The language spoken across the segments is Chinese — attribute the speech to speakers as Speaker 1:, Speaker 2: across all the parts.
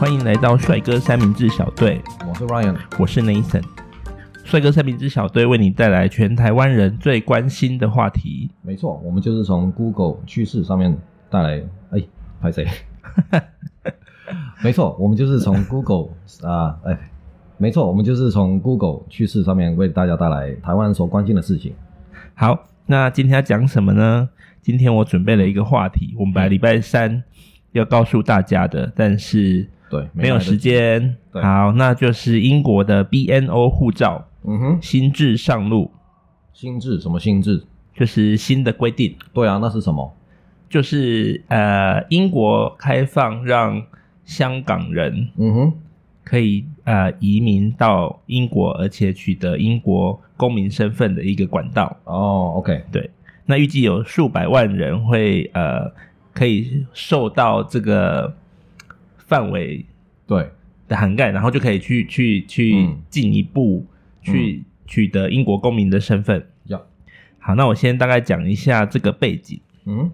Speaker 1: 欢迎来到帅哥三明治小队，
Speaker 2: 我是 Ryan，
Speaker 1: 我是 Nathan。帅哥三明治小队为你带来全台湾人最关心的话题。
Speaker 2: 没错，我们就是从 Google 趋势上面带来，哎，拍谁？没错，我们就是从 Google 啊，哎，没错，我们就是从 Google 趋势上面为大家带来台湾所关心的事情。
Speaker 1: 好，那今天要讲什么呢？今天我准备了一个话题，我们本来礼拜三要告诉大家的，但是
Speaker 2: 对，
Speaker 1: 没有时。间。
Speaker 2: 对
Speaker 1: 好，那就是英国的 BNO 护照
Speaker 2: 嗯哼，
Speaker 1: 新制上路，
Speaker 2: 心智什么心智？
Speaker 1: 就是新的规定。
Speaker 2: 对啊，那是什么？
Speaker 1: 就是呃，英国开放让香港人
Speaker 2: 嗯哼，
Speaker 1: 可以呃移民到英国，而且取得英国公民身份的一个管道。
Speaker 2: 哦，OK，
Speaker 1: 那预计有数百万人会呃可以受到这个范围
Speaker 2: 对，
Speaker 1: 的涵盖，然后就可以去去去
Speaker 2: 嗯
Speaker 1: 进一步去取得英国公民的身份。
Speaker 2: 要，
Speaker 1: 好，那我先大概讲一下这个背景。
Speaker 2: 嗯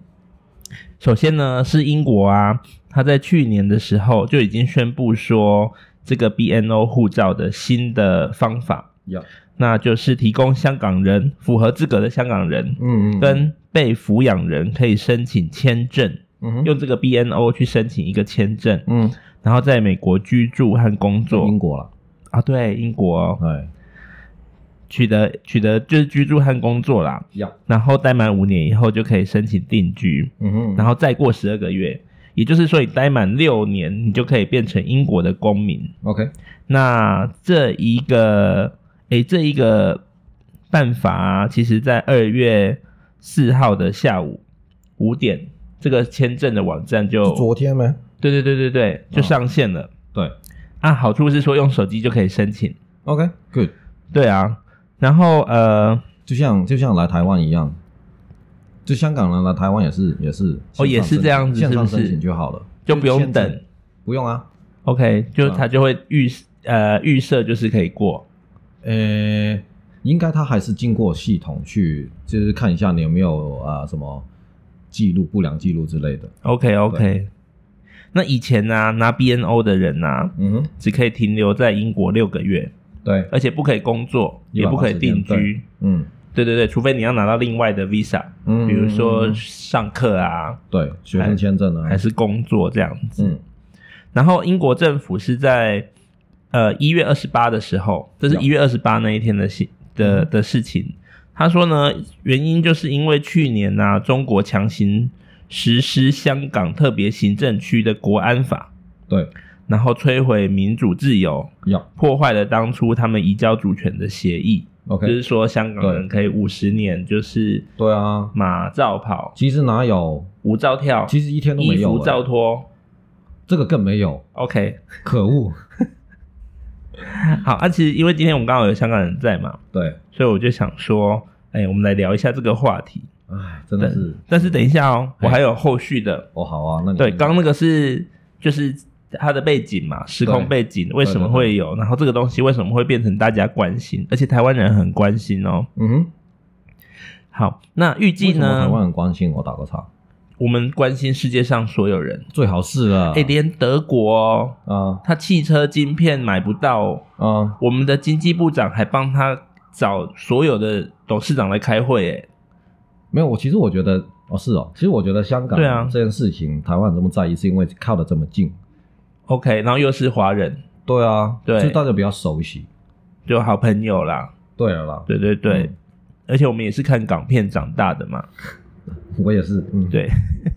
Speaker 1: 首先呢，是英国啊，它在去年的时候就已经宣布说，这个 BNO 护照的新的方法，
Speaker 2: 要，
Speaker 1: 那就是提供香港人符合资格的香港人
Speaker 2: 嗯嗯，
Speaker 1: 跟被抚养人可以申请签证，
Speaker 2: 嗯哼，
Speaker 1: 用这个 BNO 去申请一个签证，
Speaker 2: 嗯，
Speaker 1: 然后在美国居住和工作
Speaker 2: 英国了，
Speaker 1: 啊，对，英国
Speaker 2: 哎，
Speaker 1: 取得取得就是居住和工作啦，
Speaker 2: 要，
Speaker 1: 然后待满五年以后就可以申请定居，
Speaker 2: 嗯哼，
Speaker 1: 然后再过十二个月，也就是说你待满六年，你就可以变成英国的公民。
Speaker 2: OK，
Speaker 1: 那这一个，诶，这一个办法、啊，其实在二月四号的下午五点，这个签证的网站就，
Speaker 2: 昨天吗？
Speaker 1: 对对对对对，就
Speaker 2: 哦
Speaker 1: 上线了。
Speaker 2: 对
Speaker 1: 啊，好处是说用手机就可以申请，
Speaker 2: ，OK，Good。
Speaker 1: 对啊。然后呃，
Speaker 2: 就像就像来台湾一样，就香港人来台湾也是也是
Speaker 1: 哦也是这样子
Speaker 2: 线上
Speaker 1: 是不是
Speaker 2: 申请就好了，
Speaker 1: 就不用
Speaker 2: 签证
Speaker 1: 等，
Speaker 2: 不用啊。
Speaker 1: OK，就
Speaker 2: 啊
Speaker 1: 它就会预呃预设就是可以过。
Speaker 2: 呃，应该他还是经过系统去，就是看一下你有没有啊、什么记录不良记录之类的。
Speaker 1: OK OK，那以前呢、拿 BNO 的人呢、
Speaker 2: 嗯哼，
Speaker 1: 只可以停留在英国六个月，
Speaker 2: 对，
Speaker 1: 而且不可以工作，
Speaker 2: 180
Speaker 1: 也不可以定居。
Speaker 2: 嗯
Speaker 1: 对对对，除非你要拿到另外的 visa，
Speaker 2: 嗯，
Speaker 1: 比如说
Speaker 2: 嗯
Speaker 1: 上课啊，
Speaker 2: 对学生签证啊，
Speaker 1: 还是工作这样子。
Speaker 2: 嗯
Speaker 1: 然后英国政府是在呃一月二十八的时候，这是
Speaker 2: 有嗯
Speaker 1: 一月二十八那一天的事的的事情。他说呢，原因就是因为去年呢、啊，中国强行实施香港特别行政区的国安法，
Speaker 2: 对
Speaker 1: 然后摧毁民主自由，
Speaker 2: 要
Speaker 1: 破坏了当初他们移交主权的协议，就
Speaker 2: OK
Speaker 1: 是说香港人可以五十年就是
Speaker 2: 对啊，
Speaker 1: 马照跑，
Speaker 2: 其实哪有，
Speaker 1: 无照跳，
Speaker 2: 其实一天都
Speaker 1: 衣
Speaker 2: 没有
Speaker 1: 服
Speaker 2: 欸、
Speaker 1: 照脱。
Speaker 2: 这个更没有，
Speaker 1: OK，
Speaker 2: 可恶。
Speaker 1: 好啊，其实因为今天我们刚好有香港人在嘛，
Speaker 2: 对，
Speaker 1: 所以我就想说，哎、我们来聊一下这个话题。
Speaker 2: 唉，真的是
Speaker 1: 但是等一下哦，
Speaker 2: 哎
Speaker 1: 我还有后续的。
Speaker 2: 哦，好啊，那你
Speaker 1: 对，刚刚那个是就是它的背景嘛，时空背景为什么会有，然后这个东西为什么会变成大家关心，而且台湾人很关心哦。
Speaker 2: 嗯哼，
Speaker 1: 好，那预计
Speaker 2: 为什么台
Speaker 1: 呢，
Speaker 2: 湾很关心我打个岔，
Speaker 1: 我们关心世界上所有人，
Speaker 2: 最好是了。
Speaker 1: 哎、连德国哦，
Speaker 2: 啊
Speaker 1: 他汽车晶片买不到，哦
Speaker 2: 啊，
Speaker 1: 我们的经济部长还帮他找所有的董事长来开会，哎，
Speaker 2: 没有，我其实我觉得哦是哦，其实我觉得香港
Speaker 1: 对啊
Speaker 2: 这件事情，台湾这么在意，是因为靠得这么近。
Speaker 1: ，OK，然后又是华人，
Speaker 2: 对啊，
Speaker 1: 对
Speaker 2: 就大家比较熟悉。
Speaker 1: 就好朋友啦。
Speaker 2: 对了啦，
Speaker 1: 对对对，
Speaker 2: 嗯
Speaker 1: 而且我们也是看港片长大的嘛。
Speaker 2: 我也是，嗯，
Speaker 1: 对，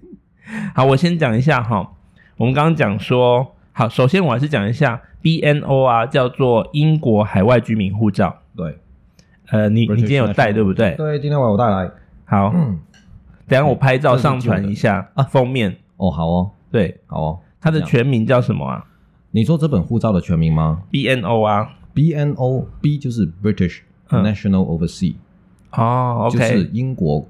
Speaker 1: 好，我先讲一下哈，我们刚刚讲说，好，首先我还是讲一下 BNO 啊，叫做英国海外居民护照。
Speaker 2: 对
Speaker 1: 呃，你你
Speaker 2: British
Speaker 1: 今天有带
Speaker 2: National
Speaker 1: 对不对？
Speaker 2: 对，今天晚我带来，
Speaker 1: 好，
Speaker 2: 嗯，
Speaker 1: 等一下我拍照
Speaker 2: 这是
Speaker 1: 上传
Speaker 2: 旧的
Speaker 1: 一下封面。
Speaker 2: 哦好哦
Speaker 1: 对，
Speaker 2: 好哦，
Speaker 1: 它的
Speaker 2: 这样
Speaker 1: 全名叫什么啊
Speaker 2: 你说这本护照的全名吗
Speaker 1: ？BNO 啊。
Speaker 2: ？BNO B 就是 British
Speaker 1: 嗯
Speaker 2: National Overseas，
Speaker 1: 哦
Speaker 2: 就
Speaker 1: ，OK，OK、
Speaker 2: 是英国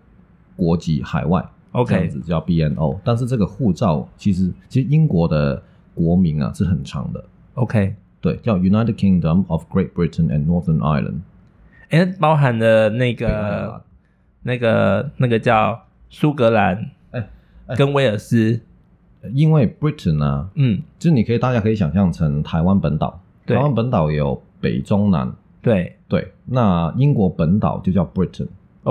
Speaker 2: 国籍海外。这样
Speaker 1: OK，
Speaker 2: 子叫 BNO，但是这个护照其实其实英国的国名啊是很长的，
Speaker 1: OK，
Speaker 2: 对，叫 United Kingdom of Great Britain and Northern Ireland，
Speaker 1: 哎、包含了那
Speaker 2: 北爱尔兰
Speaker 1: 个、那个、那个叫苏格兰
Speaker 2: 哎哎
Speaker 1: 跟威尔斯，
Speaker 2: 因为 Britain 啊，
Speaker 1: 嗯，
Speaker 2: 就是你可以大家可以想象成台湾本岛，
Speaker 1: 对
Speaker 2: 台湾本岛有北中南，
Speaker 1: 对
Speaker 2: 对，那英国本岛就叫 Britain，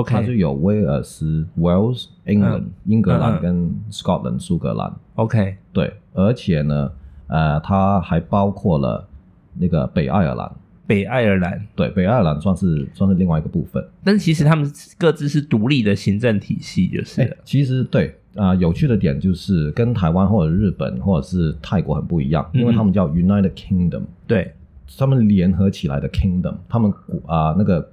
Speaker 2: 它是
Speaker 1: ，OK
Speaker 2: 有威尔斯 （Wales）、England、
Speaker 1: 嗯
Speaker 2: 英格
Speaker 1: 嗯嗯
Speaker 2: 兰跟 Scotland 苏格兰，
Speaker 1: OK，
Speaker 2: 对，而且呢，呃，它还包括了那个北爱尔兰，
Speaker 1: 北爱尔兰，
Speaker 2: 对，北爱尔兰算是算是另外一个部分。
Speaker 1: 但是其实他们各自是独立的行政体系，就是
Speaker 2: 哎
Speaker 1: 了。
Speaker 2: 其实对啊、有趣的点就是跟台湾或者日本或者是泰国很不一样，因为
Speaker 1: 嗯嗯
Speaker 2: 他们叫 United Kingdom，
Speaker 1: 对，
Speaker 2: 他们联合起来的 Kingdom，他们国啊、那个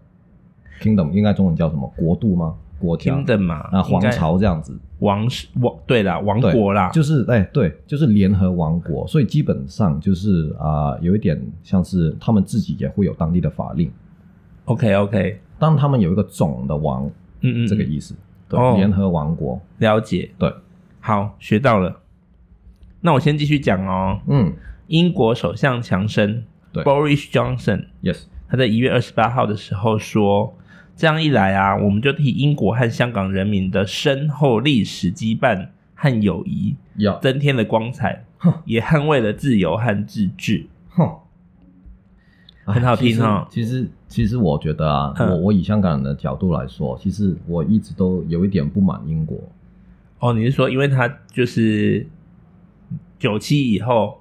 Speaker 2: Kingdom 应该中文叫什么？国度吗？国家
Speaker 1: kingdom 嘛，
Speaker 2: 啊，皇
Speaker 1: 应该
Speaker 2: 朝这样子。
Speaker 1: 王室王对啦，王
Speaker 2: 对
Speaker 1: 国啦，
Speaker 2: 就是哎、对，就是联合王国，所以基本上就是啊、有一点像是他们自己也会有当地的法令，
Speaker 1: OK OK，
Speaker 2: 当他们有一个总的王，
Speaker 1: 嗯嗯，
Speaker 2: 这个
Speaker 1: 嗯
Speaker 2: 意思，对，
Speaker 1: 哦
Speaker 2: 联合王国，
Speaker 1: 了解，
Speaker 2: 对，
Speaker 1: 好，学到了。那我先继续讲哦。
Speaker 2: 嗯
Speaker 1: 英国首相强生
Speaker 2: 对
Speaker 1: Boris Johnson，
Speaker 2: ，yes，
Speaker 1: 他在一月二十八号的时候说，这样一来啊，我们就替英国和香港人民的深厚历史羁绊和友谊
Speaker 2: 要，
Speaker 1: 增添了光彩
Speaker 2: 哼，
Speaker 1: 也捍卫了自由和自治。
Speaker 2: 哼，
Speaker 1: 很好听哦
Speaker 2: 哎其实其实其实我觉得啊，
Speaker 1: 嗯
Speaker 2: 我我以香港人的角度来说，其实我一直都有一点不满英国，
Speaker 1: 哦，你是说因为他就是九七以后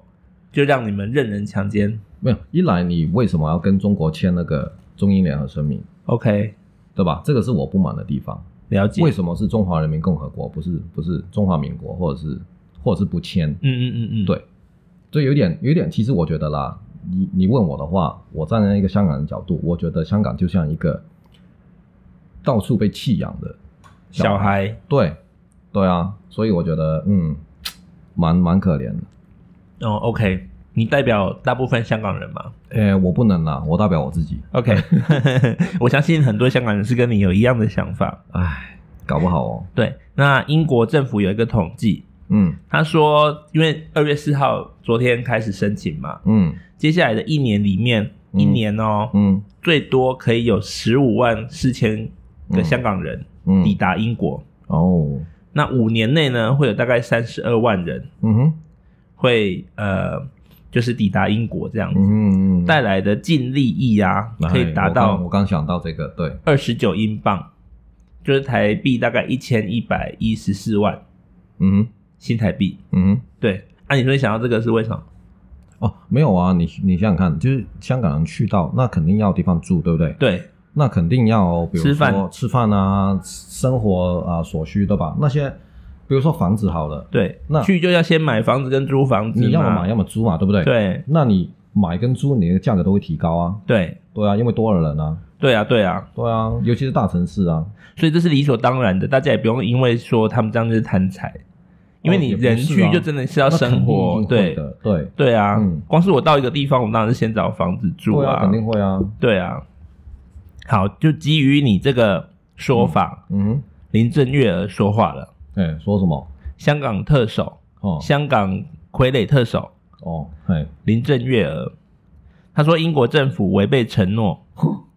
Speaker 1: 就让你们任人强奸
Speaker 2: 没有，一来你为什么要跟中国签那个中英联合声明，
Speaker 1: ？OK，
Speaker 2: 对吧？这个是我不满的地方。
Speaker 1: 了解。
Speaker 2: 为什么是中华人民共和国，不是不是中华民国，或者是或者是不签？
Speaker 1: 嗯嗯嗯嗯，
Speaker 2: 对就有点有点，其实我觉得啦，你你问我的话，我站在一个香港人角度，我觉得香港就像一个到处被弃养的
Speaker 1: 小孩
Speaker 2: 对对啊，所以我觉得嗯，蛮蛮可怜的。
Speaker 1: 哦，OK，你代表大部分香港人吗
Speaker 2: 诶，我不能啦，我代表我自己，
Speaker 1: ？OK，我相信很多香港人是跟你有一样的想法。
Speaker 2: 唉，搞不好哦，
Speaker 1: 对，那英国政府有一个统计，
Speaker 2: 嗯
Speaker 1: 他说，因为二月四号昨天开始申请嘛，
Speaker 2: 嗯
Speaker 1: 接下来的一年里面，
Speaker 2: 嗯
Speaker 1: 一年哦，
Speaker 2: 嗯
Speaker 1: 最多可以有十五万四千个香港人
Speaker 2: 嗯，
Speaker 1: 抵达英国。
Speaker 2: 哦，
Speaker 1: 那五年内呢，会有大概三十二万人
Speaker 2: 嗯哼，
Speaker 1: 会呃，就是抵达英国这样子。
Speaker 2: 嗯哼嗯嗯，
Speaker 1: 带来的净利益啊，可以达
Speaker 2: 哎我刚我
Speaker 1: 到
Speaker 2: 刚想到这个，对，
Speaker 1: 二十九英镑，就是台币大概一千一百一十四万
Speaker 2: 嗯哼
Speaker 1: 新台币。
Speaker 2: 嗯哼。
Speaker 1: 对，啊，你会想到这个是为什么？
Speaker 2: 哦，没有啊，你你想想看，就是香港人去到那肯定要地方住，对不对？
Speaker 1: 对，
Speaker 2: 那肯定要，比如
Speaker 1: 吃
Speaker 2: 说
Speaker 1: 饭
Speaker 2: 吃饭啊，生活啊所需，对吧？那些比如说房子好了，
Speaker 1: 对，
Speaker 2: 那
Speaker 1: 去就要先买房子跟租房子嘛，
Speaker 2: 你要么买，要么租嘛，对不对？。
Speaker 1: 对
Speaker 2: 那你买跟租，你的价格都会提高啊，
Speaker 1: 对
Speaker 2: 对啊，因为多了人啊，
Speaker 1: 对啊，对啊，
Speaker 2: 对啊，尤其是大城市啊，
Speaker 1: 所以这是理所当然的，大家也不用因为说他们这样就是贪财，因为
Speaker 2: 哦
Speaker 1: 你
Speaker 2: 也不
Speaker 1: 人
Speaker 2: 是
Speaker 1: 去
Speaker 2: 啊
Speaker 1: 就真的是要
Speaker 2: 那肯
Speaker 1: 生
Speaker 2: 定一
Speaker 1: 活，
Speaker 2: 定会
Speaker 1: 对
Speaker 2: 的，对，
Speaker 1: 对啊，
Speaker 2: 嗯
Speaker 1: 光是我到一个地方，我当然是先找房子住
Speaker 2: 对啊，肯定会啊，
Speaker 1: 对啊，好，就基于你这个说法，
Speaker 2: 嗯
Speaker 1: 林郑月娥说话了。
Speaker 2: 哼，哎，说什么？
Speaker 1: 香港特首、
Speaker 2: 哦
Speaker 1: 香港傀儡特首
Speaker 2: 哦，哎，
Speaker 1: 林郑月娥，她说英国政府违背承诺，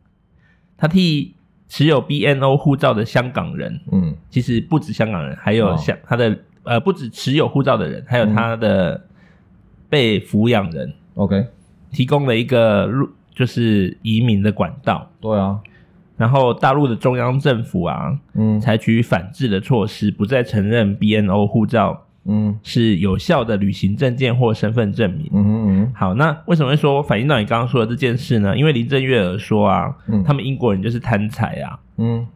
Speaker 1: 她替持有 BNO 护照的香港人，
Speaker 2: 嗯
Speaker 1: 其实不止香港人，还有
Speaker 2: 哦
Speaker 1: 香她的呃，不止持有护照的人，还有
Speaker 2: 嗯
Speaker 1: 她的被抚养人，
Speaker 2: ，OK，
Speaker 1: 提供了一个入就是移民的管道。
Speaker 2: 对啊，
Speaker 1: 然后大陆的中央政府啊，
Speaker 2: 嗯
Speaker 1: 采取反制的措施，不再承认 BNO 护照
Speaker 2: 嗯
Speaker 1: 是有效的旅行证件或身份证明。
Speaker 2: 嗯哼嗯
Speaker 1: 好，那为什么会说反映到你刚刚说的这件事呢？因为林郑月娥说啊，
Speaker 2: 嗯
Speaker 1: 他们英国人就是贪财啊。
Speaker 2: 嗯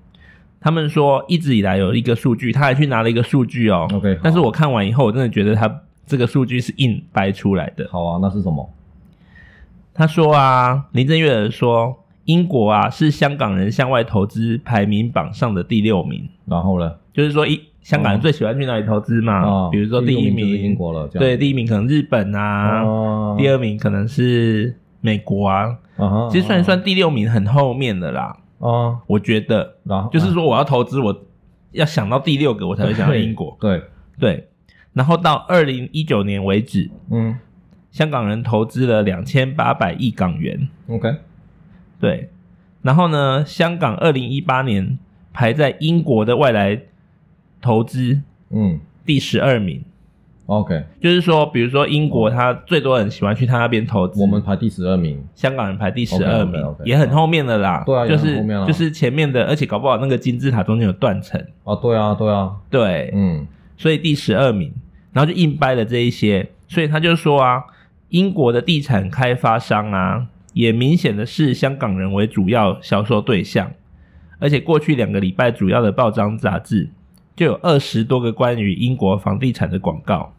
Speaker 1: 他们说一直以来有一个数据，他还去拿了一个数据哦。
Speaker 2: ，OK，好
Speaker 1: 但是我看完以后，我真的觉得他这个数据是硬掰出来的。
Speaker 2: 好啊，那是什么？
Speaker 1: 他说啊，林郑月娥说，英国啊是香港人向外投资排名榜上的第六名。
Speaker 2: 然后呢？
Speaker 1: 就是说一香港人最喜欢去哪里投资嘛？
Speaker 2: 啊，
Speaker 1: 比如说第
Speaker 2: 哦第
Speaker 1: 一
Speaker 2: 一
Speaker 1: 名
Speaker 2: 就是英，国了，这样
Speaker 1: 对，第一名可能日本啊，
Speaker 2: 啊
Speaker 1: 第二名可能是美国啊。
Speaker 2: 啊哈，
Speaker 1: 其实算一算，第六名很后面的啦。
Speaker 2: 啊，
Speaker 1: 我觉得，
Speaker 2: 然后啊
Speaker 1: 就是说我要投资，我要想到第六个，我才会想到英国。
Speaker 2: 对，
Speaker 1: 对，然后到二零一九年为止，
Speaker 2: 嗯
Speaker 1: 香港人投资了两千八百亿港元。
Speaker 2: ，OK，
Speaker 1: 对，然后呢，香港二零一八年排在英国的外来投资
Speaker 2: 嗯
Speaker 1: 第十二名，
Speaker 2: OK，
Speaker 1: 就是说，比如说英国，他最多人喜欢去他那边投资，
Speaker 2: 哦我们排第十二名，
Speaker 1: 香港人排第十二名
Speaker 2: OK，OK，OK，
Speaker 1: 也很后面了啦。
Speaker 2: 对啊
Speaker 1: 就
Speaker 2: 也很
Speaker 1: 是
Speaker 2: 后面啊
Speaker 1: 就是前面的，而且搞不好那个金字塔中间有断层，
Speaker 2: 啊，对啊，对啊，
Speaker 1: 对，
Speaker 2: 嗯，
Speaker 1: 所以第十二名，然后就硬掰了这一些，所以他就说啊，英国的地产开发商啊，也明显的是香港人为主要销售对象，而且过去两个礼拜主要的报章杂志就有二十多个关于英国房地产的广告，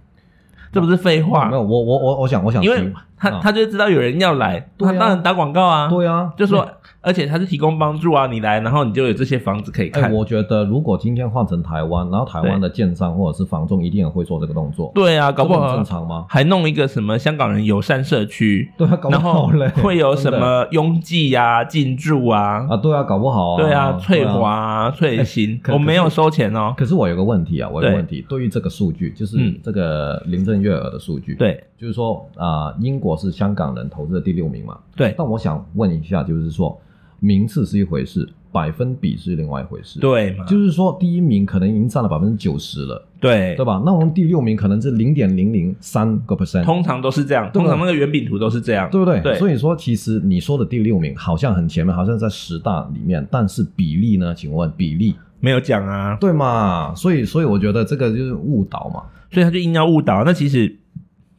Speaker 1: 这不是废话
Speaker 2: 哦没？有，我我我我想我想提，
Speaker 1: 因为他
Speaker 2: 啊
Speaker 1: 他就知道有人要来，
Speaker 2: 对
Speaker 1: 他
Speaker 2: 啊
Speaker 1: 当然打广告啊，
Speaker 2: 对啊，
Speaker 1: 就说，而且他是提供帮助啊，你来，然后你就有这些房子可以
Speaker 2: 哎、
Speaker 1: 看。
Speaker 2: 我觉得如果今天换成台湾，然后台湾
Speaker 1: 对
Speaker 2: 的建商或者是房仲一定也会做这个动作，
Speaker 1: 对啊，搞不
Speaker 2: 这很
Speaker 1: 好
Speaker 2: 正常吗？
Speaker 1: 还弄一个什么香港人友善社区，
Speaker 2: 对啊，搞不
Speaker 1: 然后
Speaker 2: 好嘞，
Speaker 1: 会有什
Speaker 2: 真的
Speaker 1: 么拥挤呀、进驻啊，
Speaker 2: 啊？对啊，搞不好啊，哎
Speaker 1: 对啊，翠华、啊、翠新，
Speaker 2: 可
Speaker 1: 我没有收钱哦。
Speaker 2: 可是我有个问题啊，我有个
Speaker 1: 对
Speaker 2: 问题，对于这个数据，就是
Speaker 1: 嗯
Speaker 2: 这个林郑月娥的数据，，
Speaker 1: 对
Speaker 2: 就是说啊、英国是香港人投资的第六名嘛，
Speaker 1: 对
Speaker 2: 但我想问一下，就是说名次是一回事，百分比是另外一回事，，
Speaker 1: 对嘛，
Speaker 2: 就是说第一名可能已经占了百分之九十了，
Speaker 1: 对
Speaker 2: 对，吧？那我们第六名可能是零点零零三个 percent，
Speaker 1: 通常都是这样，
Speaker 2: 对啊
Speaker 1: 通常那个圆饼图都是这样，
Speaker 2: 对不对？
Speaker 1: 对
Speaker 2: 所以说，其实你说的第六名好像很前面，好像在十大里面，但是比例呢？请问比例
Speaker 1: 没有讲啊，
Speaker 2: 对嘛？所以，所以我觉得这个就是误导嘛。
Speaker 1: 所以他就硬要误导。那其实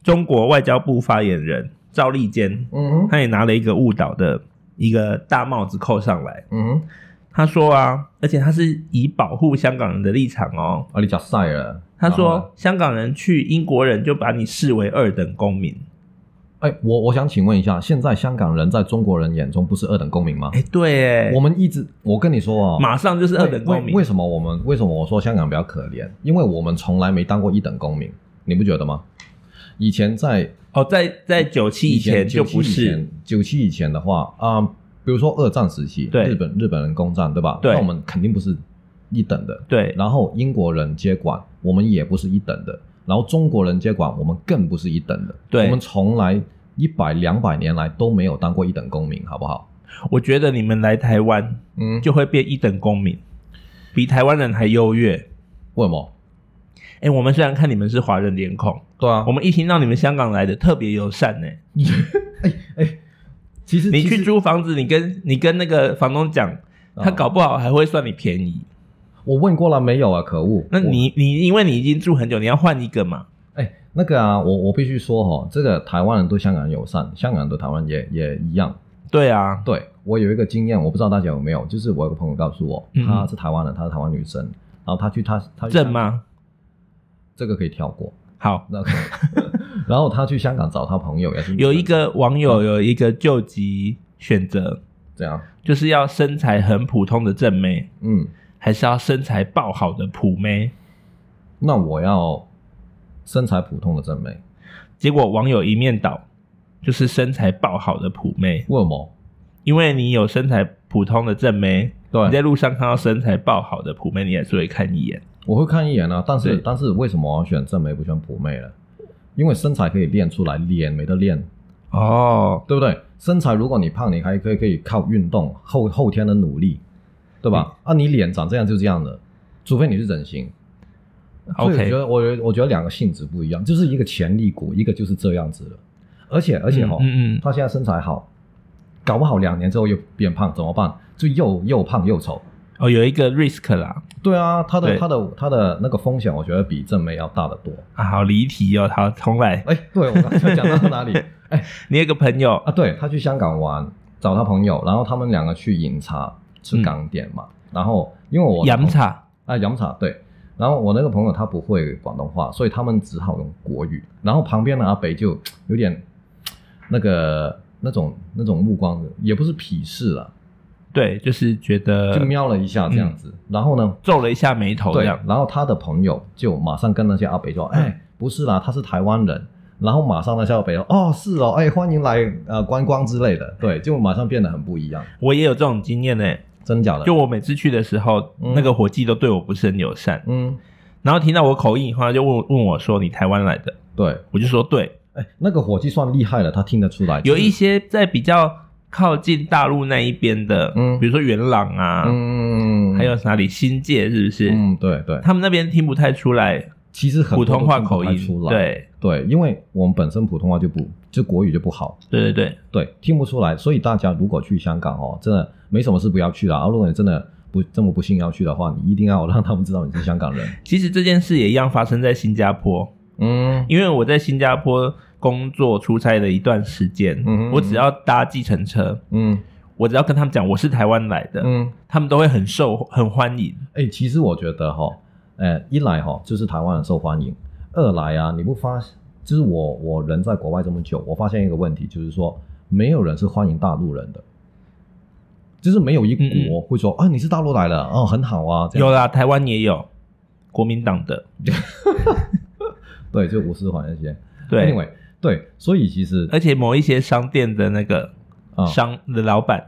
Speaker 1: 中国外交部发言人赵立坚，
Speaker 2: 嗯哼，
Speaker 1: 他也拿了一个误导的一个大帽子扣上来。
Speaker 2: 嗯哼，
Speaker 1: 他说啊，而且他是以保护香港人的立场哦。
Speaker 2: 啊，你讲晒了。
Speaker 1: 他
Speaker 2: 然后呢
Speaker 1: 说，香港人去英国人就把你视为二等公民。：“
Speaker 2: 哎，我我想请问一下，现在香港人在中国人眼中不是二等公民吗？
Speaker 1: 哎、对，哎，
Speaker 2: 我们一直，我跟你说哦，
Speaker 1: 马上就是二等公
Speaker 2: 为
Speaker 1: 民
Speaker 2: 为。为什么我们为什么我说香港比较可怜？因为我们从来没当过一等公民，你不觉得吗？以前在
Speaker 1: 哦，在在九七以前就不
Speaker 2: 97以
Speaker 1: 是，
Speaker 2: 前，九七以前的话啊、比如说二战时期，
Speaker 1: 对
Speaker 2: 日本日本人攻占，对吧？
Speaker 1: 对
Speaker 2: 那我们肯定不是一等的。
Speaker 1: 对
Speaker 2: 然后英国人接管，我们也不是一等的。然后中国人接管，我们更不是一等的。
Speaker 1: 对
Speaker 2: 我们从来一百两百年来都没有当过一等公民，好不好？
Speaker 1: 我觉得你们来台湾
Speaker 2: 嗯，
Speaker 1: 就会变一等公民，比台湾人还优越。
Speaker 2: 为什么？
Speaker 1: 哎、我们虽然看你们是华人脸孔，
Speaker 2: 对啊
Speaker 1: 我，们一听到你们香港来的特别友善呢、
Speaker 2: 其实
Speaker 1: 你去
Speaker 2: 其实
Speaker 1: 租房子，你跟你跟那个房东讲，他
Speaker 2: 啊
Speaker 1: 搞不好还会算你便宜。
Speaker 2: 我问过了没有啊？可恶！
Speaker 1: 那
Speaker 2: 我
Speaker 1: 你你因为你已经住很久，你要换一个嘛？
Speaker 2: 哎，那个啊，我我必须说哈、这个台湾人对香港人友善，香港人对台湾也也一样。
Speaker 1: 对啊，
Speaker 2: 对我有一个经验，我不知道大家有没有，就是我有个朋友告诉我，
Speaker 1: 嗯
Speaker 2: 她是台湾人，她是台湾女生，然后她去她她去
Speaker 1: 正？吗？
Speaker 2: 这个可以跳过。
Speaker 1: 好，
Speaker 2: 那个，然后她去香港找她朋友也是女生
Speaker 1: 有一个网友
Speaker 2: 嗯
Speaker 1: 有一个救急选择，
Speaker 2: 这样，
Speaker 1: 就是要身材很普通的正妹，
Speaker 2: 嗯，
Speaker 1: 还是要身材爆好的普妹？
Speaker 2: 那我要身材普通的正妹，
Speaker 1: 结果网友一面倒，就是身材爆好的普妹，
Speaker 2: 为什么？
Speaker 1: 因为你有身材普通的正妹，你在
Speaker 2: 对，
Speaker 1: 路上看到身材爆好的普妹，你还是会看一眼。
Speaker 2: 我会看一眼啊，但是
Speaker 1: 对
Speaker 2: 但是为什么我要选正妹不选普妹呢？因为身材可以练出来，脸没得练，
Speaker 1: 哦，
Speaker 2: 对不对？身材如果你胖，你还可以可以靠运动后后天的努力，对吧？
Speaker 1: 嗯
Speaker 2: 啊，你脸长这样就这样的，除非你是整形。所以我
Speaker 1: OK
Speaker 2: 觉得，我觉得我觉得两个性质不一样，就是一个潜力股，一个就是这样子的。而且而且哈、
Speaker 1: 嗯嗯嗯
Speaker 2: 他现在身材好，搞不好两年之后又变胖怎么办？就又又胖又丑。
Speaker 1: 哦，有一个 risk 啦，
Speaker 2: 对啊，他的
Speaker 1: 对
Speaker 2: 他的他的那个风险，我觉得比正妹要大得多。
Speaker 1: 啊，好离题哦，好，重来。
Speaker 2: 哎，对我刚才讲到 哪里？哎，
Speaker 1: 你有一个朋友
Speaker 2: 啊，对他去香港玩，找他朋友，然后他们两个去饮茶吃港点嘛。然后因为我的
Speaker 1: 洋
Speaker 2: 朋
Speaker 1: 嗯茶，
Speaker 2: 啊洋茶对，然后我那个朋友他不会广东话，所以他们只好用国语。然后旁边的阿北就有点那个那种那种目光，也不是鄙视了，
Speaker 1: 对，就是觉得
Speaker 2: 就瞄了一下这样子。然后呢，
Speaker 1: 皱呃嗯了一下眉头这
Speaker 2: 对，
Speaker 1: 样。嗯
Speaker 2: 然后他的朋友就马上跟那些阿北说：“哎，不是啦，他是台湾人。”然后马上那些阿北说：“哦，是哦，哎，欢迎来呃观光之类的。”对，就马上变得很不一样。
Speaker 1: 我也有这种经验呢、
Speaker 2: 真假的？
Speaker 1: 就我每次去的时候，
Speaker 2: 嗯
Speaker 1: 那个伙计都对我不是很友善，
Speaker 2: 嗯，
Speaker 1: 然后听到我口音以后，他就问问我说：“你台湾来的
Speaker 2: 对，？”
Speaker 1: 我就说：“对。
Speaker 2: 哎，那个伙计算厉害了，他听得出来”。
Speaker 1: 有一些在比较靠近大陆那一边的，
Speaker 2: 嗯
Speaker 1: 比如说元朗啊，
Speaker 2: 嗯，
Speaker 1: 还有哪里新界，是不是？
Speaker 2: 嗯，对对，
Speaker 1: 他们那边听不太出来
Speaker 2: 其实很
Speaker 1: 普
Speaker 2: 多都
Speaker 1: 通话
Speaker 2: 听不
Speaker 1: 口
Speaker 2: 太
Speaker 1: 音
Speaker 2: 出，来，
Speaker 1: 对
Speaker 2: 对，因为我们本身普通话就不就国语就不好，
Speaker 1: 对对对，
Speaker 2: 对，听不出来。所以大家如果去香港哦，真的没什么事不要去了。啊，如果你真的不这么不幸要去的话，你一定要让他们知道你是香港人。
Speaker 1: 其实这件事也一样发生在新加坡，
Speaker 2: 嗯，
Speaker 1: 因为我在新加坡工作出差的一段时间，
Speaker 2: 嗯哼
Speaker 1: 我只要搭计程车，
Speaker 2: 嗯
Speaker 1: 我只要跟他们讲我是台湾来的，
Speaker 2: 嗯，
Speaker 1: 他们都会很受很欢迎。
Speaker 2: 哎、其实我觉得哈、呃，一来哈、就是台湾人受欢迎，二来啊，你不发，就是我我人在国外这么久，我发现一个问题，就是说没有人是欢迎大陆人的。就是没有一
Speaker 1: 嗯嗯
Speaker 2: 国会说啊，你是大陆来的哦，很好啊，这样
Speaker 1: 有啦，台湾也有国民党的，
Speaker 2: 对，就吴思华那些。
Speaker 1: 对哎
Speaker 2: anyway，对，所以其实
Speaker 1: 而且某一些商店的那个
Speaker 2: 啊、
Speaker 1: 商的老板，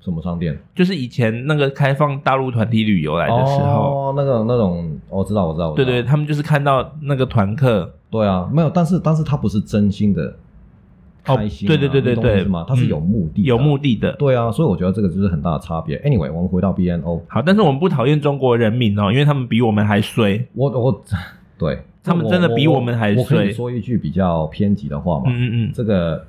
Speaker 2: 什么商店
Speaker 1: 就是以前那个开放大陆团体旅游来的时候，
Speaker 2: 哦、那个那种，我知道，我知道，我
Speaker 1: 对
Speaker 2: 知道
Speaker 1: 对，他们就是看到那个团客，
Speaker 2: 对啊，没有，但是但是他不是真心的
Speaker 1: 哦
Speaker 2: 开心、啊
Speaker 1: 对对对对对嗯
Speaker 2: 是吗？他是有目的、
Speaker 1: 有目。的的。
Speaker 2: 对啊，所以我觉得这个就是很大的差别。Anyway，我们回到 BNO，
Speaker 1: 好，但是我们不讨厌中国人民哦，因为他们比我们还衰。
Speaker 2: 我我 对
Speaker 1: 他们
Speaker 2: 这我
Speaker 1: 真的比我们还
Speaker 2: 我可以
Speaker 1: 衰
Speaker 2: 说一句比较偏激的话嘛，
Speaker 1: 嗯嗯嗯，
Speaker 2: 这个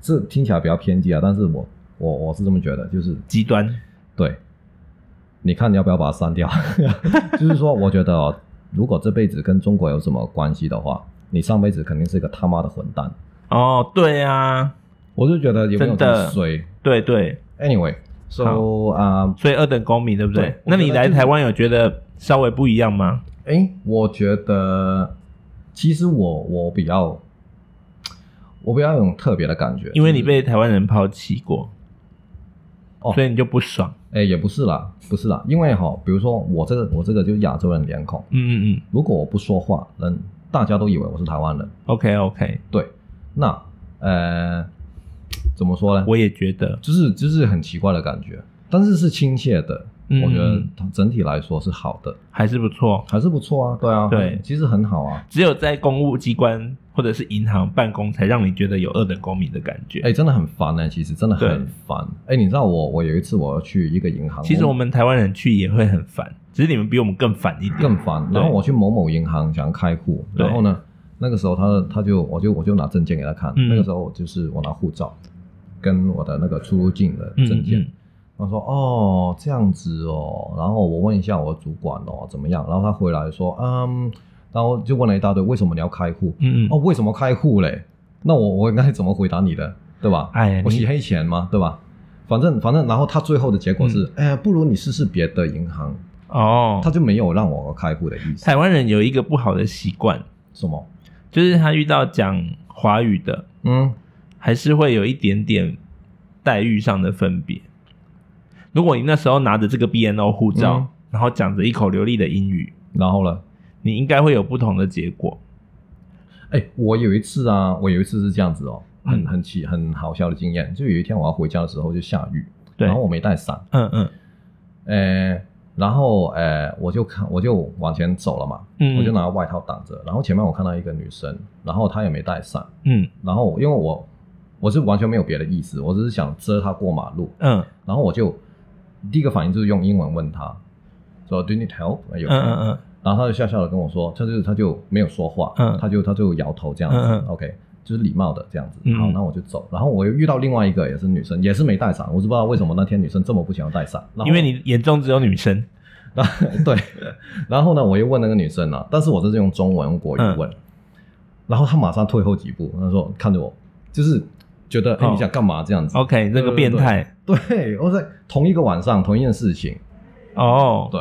Speaker 2: 这听起来比较偏激啊，但是我我我是这么觉得，就是
Speaker 1: 极端。
Speaker 2: 对，你看你要不要把它删掉？ 就是说，我觉得、哦，如果这辈子跟中国有什么关系的话，你上辈子肯定是一个他妈的混蛋。
Speaker 1: 哦，对啊，
Speaker 2: 我就觉得有没有
Speaker 1: 真的
Speaker 2: 这么衰
Speaker 1: 对对，
Speaker 2: ？Anyway，so
Speaker 1: 好
Speaker 2: 啊、
Speaker 1: 所以二等公民对不对？
Speaker 2: 对
Speaker 1: 那你
Speaker 2: 我觉得
Speaker 1: 来
Speaker 2: 就是嗯
Speaker 1: 台湾有觉得稍微不一样吗？
Speaker 2: 诶，我觉得其实我我比较，我比较有种特别的感觉，
Speaker 1: 因为你
Speaker 2: 就是
Speaker 1: 被台湾人抛弃过，
Speaker 2: 哦
Speaker 1: 所以你就不爽。
Speaker 2: 诶也不是啦，不是啦，因为哈、比如说我这个我这个就是亚洲人脸孔，
Speaker 1: 嗯嗯嗯
Speaker 2: 如果我不说话，人大家都以为我是台湾人。
Speaker 1: ，OK OK，
Speaker 2: 对，那呃，怎么说呢？
Speaker 1: 我也觉得，
Speaker 2: 就是就是很奇怪的感觉，但是是亲切的，
Speaker 1: 嗯
Speaker 2: 我觉得它整体来说是好的，
Speaker 1: 还是不错。
Speaker 2: 还是不错啊。对啊，
Speaker 1: 对
Speaker 2: 其实很好啊。
Speaker 1: 只有在公务机关或者是银行办公，才让你觉得有二等公民的感觉。
Speaker 2: 哎，真的很烦呢、其实真的
Speaker 1: 对
Speaker 2: 很烦。哎，你知道我我有一次我要去一个银行，
Speaker 1: 其实我们台湾人去也会很烦，只是你们比我们更烦一点。
Speaker 2: 更烦。然后
Speaker 1: 对
Speaker 2: 我去某某银行想要开户，
Speaker 1: 对
Speaker 2: 然后呢，那个时候他他就我就我就拿证件给他看，
Speaker 1: 嗯
Speaker 2: 那个时候我就是我拿护照跟我的那个出入境的
Speaker 1: 嗯
Speaker 2: 证件。
Speaker 1: 嗯
Speaker 2: 他说哦这样子哦，然后我问一下我主管哦怎么样，然后他回来说嗯，然后就问了一大堆为什么你要开户？
Speaker 1: 嗯嗯
Speaker 2: 哦，为什么开户嘞？那我我应该怎么回答你的，对吧？
Speaker 1: 哎
Speaker 2: 我
Speaker 1: 你
Speaker 2: 洗黑钱吗？对吧？反正反正，然后他最后的结果是，
Speaker 1: 嗯
Speaker 2: 哎、不如你试试别的银行，
Speaker 1: 哦
Speaker 2: 他，就没有让我开户的意思。
Speaker 1: 台湾人有一个不好的习惯，
Speaker 2: 什么？
Speaker 1: 就是他遇到讲华语的，
Speaker 2: 嗯，
Speaker 1: 还是会有一点点待遇上的分别。如果你那时候拿着这个 BNO 护照，
Speaker 2: 嗯
Speaker 1: 然后讲着一口流利的英语，
Speaker 2: 然后呢？
Speaker 1: 你应该会有不同的结果。
Speaker 2: 哎、我有一次啊，我有一次是这样子哦，很
Speaker 1: 嗯
Speaker 2: 很奇很好笑的经验。就有一天我要回家的时候就下雨，
Speaker 1: 对
Speaker 2: 然后我没带伞，
Speaker 1: 嗯嗯
Speaker 2: 呃，然后呃，我就看我就往前走了嘛，
Speaker 1: 嗯，
Speaker 2: 我就拿外套挡着，然后前面我看到一个女生，然后她也没带伞，
Speaker 1: 嗯
Speaker 2: 然后因为我我是完全没有别的意思，我只是想遮她过马路，
Speaker 1: 嗯
Speaker 2: 然后我就第一个反应就是用英文问她，说 Do you need help？哎有
Speaker 1: 嗯嗯嗯
Speaker 2: 然后他就笑笑的跟我说，他就他就没有说话，
Speaker 1: 嗯
Speaker 2: 他就他就摇头这样子、
Speaker 1: 嗯嗯
Speaker 2: o k 就是礼貌的这样子。
Speaker 1: 嗯
Speaker 2: 好，那我就走。然后我又遇到另外一个也是女生，也是没带伞，我就不知道为什么那天女生这么不喜欢带伞。然后
Speaker 1: 因为你眼中只有女生。
Speaker 2: 然后 对，然后呢，我又问那个女生了、啊但是我这是用中文用国语
Speaker 1: 嗯
Speaker 2: 问，然后她马上退后几步，她说看着我，就是觉得哎、
Speaker 1: 哦
Speaker 2: 你想干嘛这样子？
Speaker 1: OK，你这个变态
Speaker 2: 对，我在同一个晚上同一件事情，
Speaker 1: 哦。
Speaker 2: 对，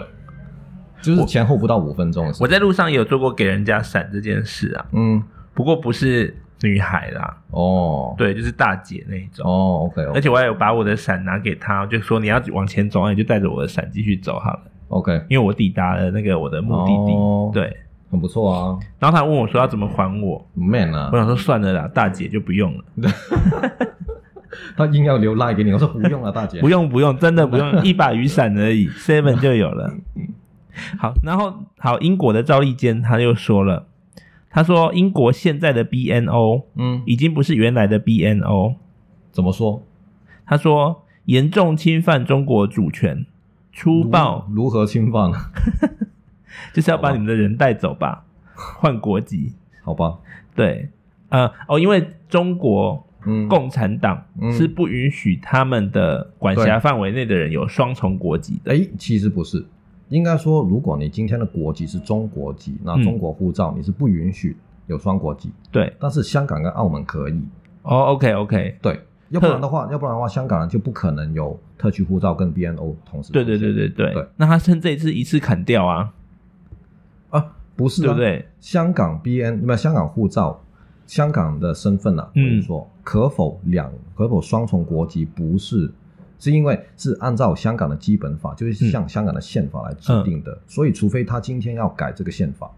Speaker 2: 就是前后不到五分钟的事
Speaker 1: 我
Speaker 2: 情。
Speaker 1: 在路上也有做过给人家伞这件事啊，
Speaker 2: 嗯，
Speaker 1: 不过不是女孩啦，
Speaker 2: 哦，
Speaker 1: 对，就是大姐那一种。
Speaker 2: 哦，OK，
Speaker 1: 而且我还有把我的伞拿给她，就说你要往前走，那你就带着我的伞继续走好了。
Speaker 2: OK，
Speaker 1: 因为我抵达了那个我的目的地，
Speaker 2: 哦
Speaker 1: 对。
Speaker 2: 很不错啊
Speaker 1: 然后他问我说要怎么还我，
Speaker 2: ，man 啊
Speaker 1: 我，想说算了啦，大姐就不用了，
Speaker 2: 他硬要留赖给你，我说不用 啊了，大姐，
Speaker 1: 不用不用，真的不用，一把雨伞而已，seven 就有了。好，然后好，英国的赵立坚他又说了，他说英国现在的 BNO
Speaker 2: 嗯，
Speaker 1: 已经不是原来的 BNO，
Speaker 2: 怎么说？
Speaker 1: 他说严重侵犯中国主权，粗暴
Speaker 2: 哦如如何侵犯？啊
Speaker 1: 就是要把你们的人带走吧。换国籍。
Speaker 2: 好吧，
Speaker 1: 对，呃，哦，因为中国
Speaker 2: 嗯，
Speaker 1: 共产党
Speaker 2: 嗯
Speaker 1: 是不允许他们的管辖
Speaker 2: 对
Speaker 1: 范围内的人有双重国籍的。
Speaker 2: 哎，其实不是，应该说，如果你今天的国籍是中国籍，那
Speaker 1: 嗯
Speaker 2: 中国护照你是不允许有双国籍，
Speaker 1: 对，
Speaker 2: 但是香港跟澳门可以，
Speaker 1: 哦，OK，OK，
Speaker 2: 对，要不然的话，要不然的话，香港人就不可能有特区护照跟 BNO 同时出
Speaker 1: 对对
Speaker 2: 现，
Speaker 1: 对对对
Speaker 2: 对。
Speaker 1: 那他趁这一次一次砍掉啊，
Speaker 2: 啊，不是、啊，
Speaker 1: 对不？对？
Speaker 2: 香港 BN 不是香港护照，香港的身份啊，我
Speaker 1: 嗯
Speaker 2: 跟你说，可否两可否双重国籍不是，是因为是按照香港的基本法，
Speaker 1: 嗯
Speaker 2: 就是像香港的宪法来制定的，所以除非他今天要改这个宪法，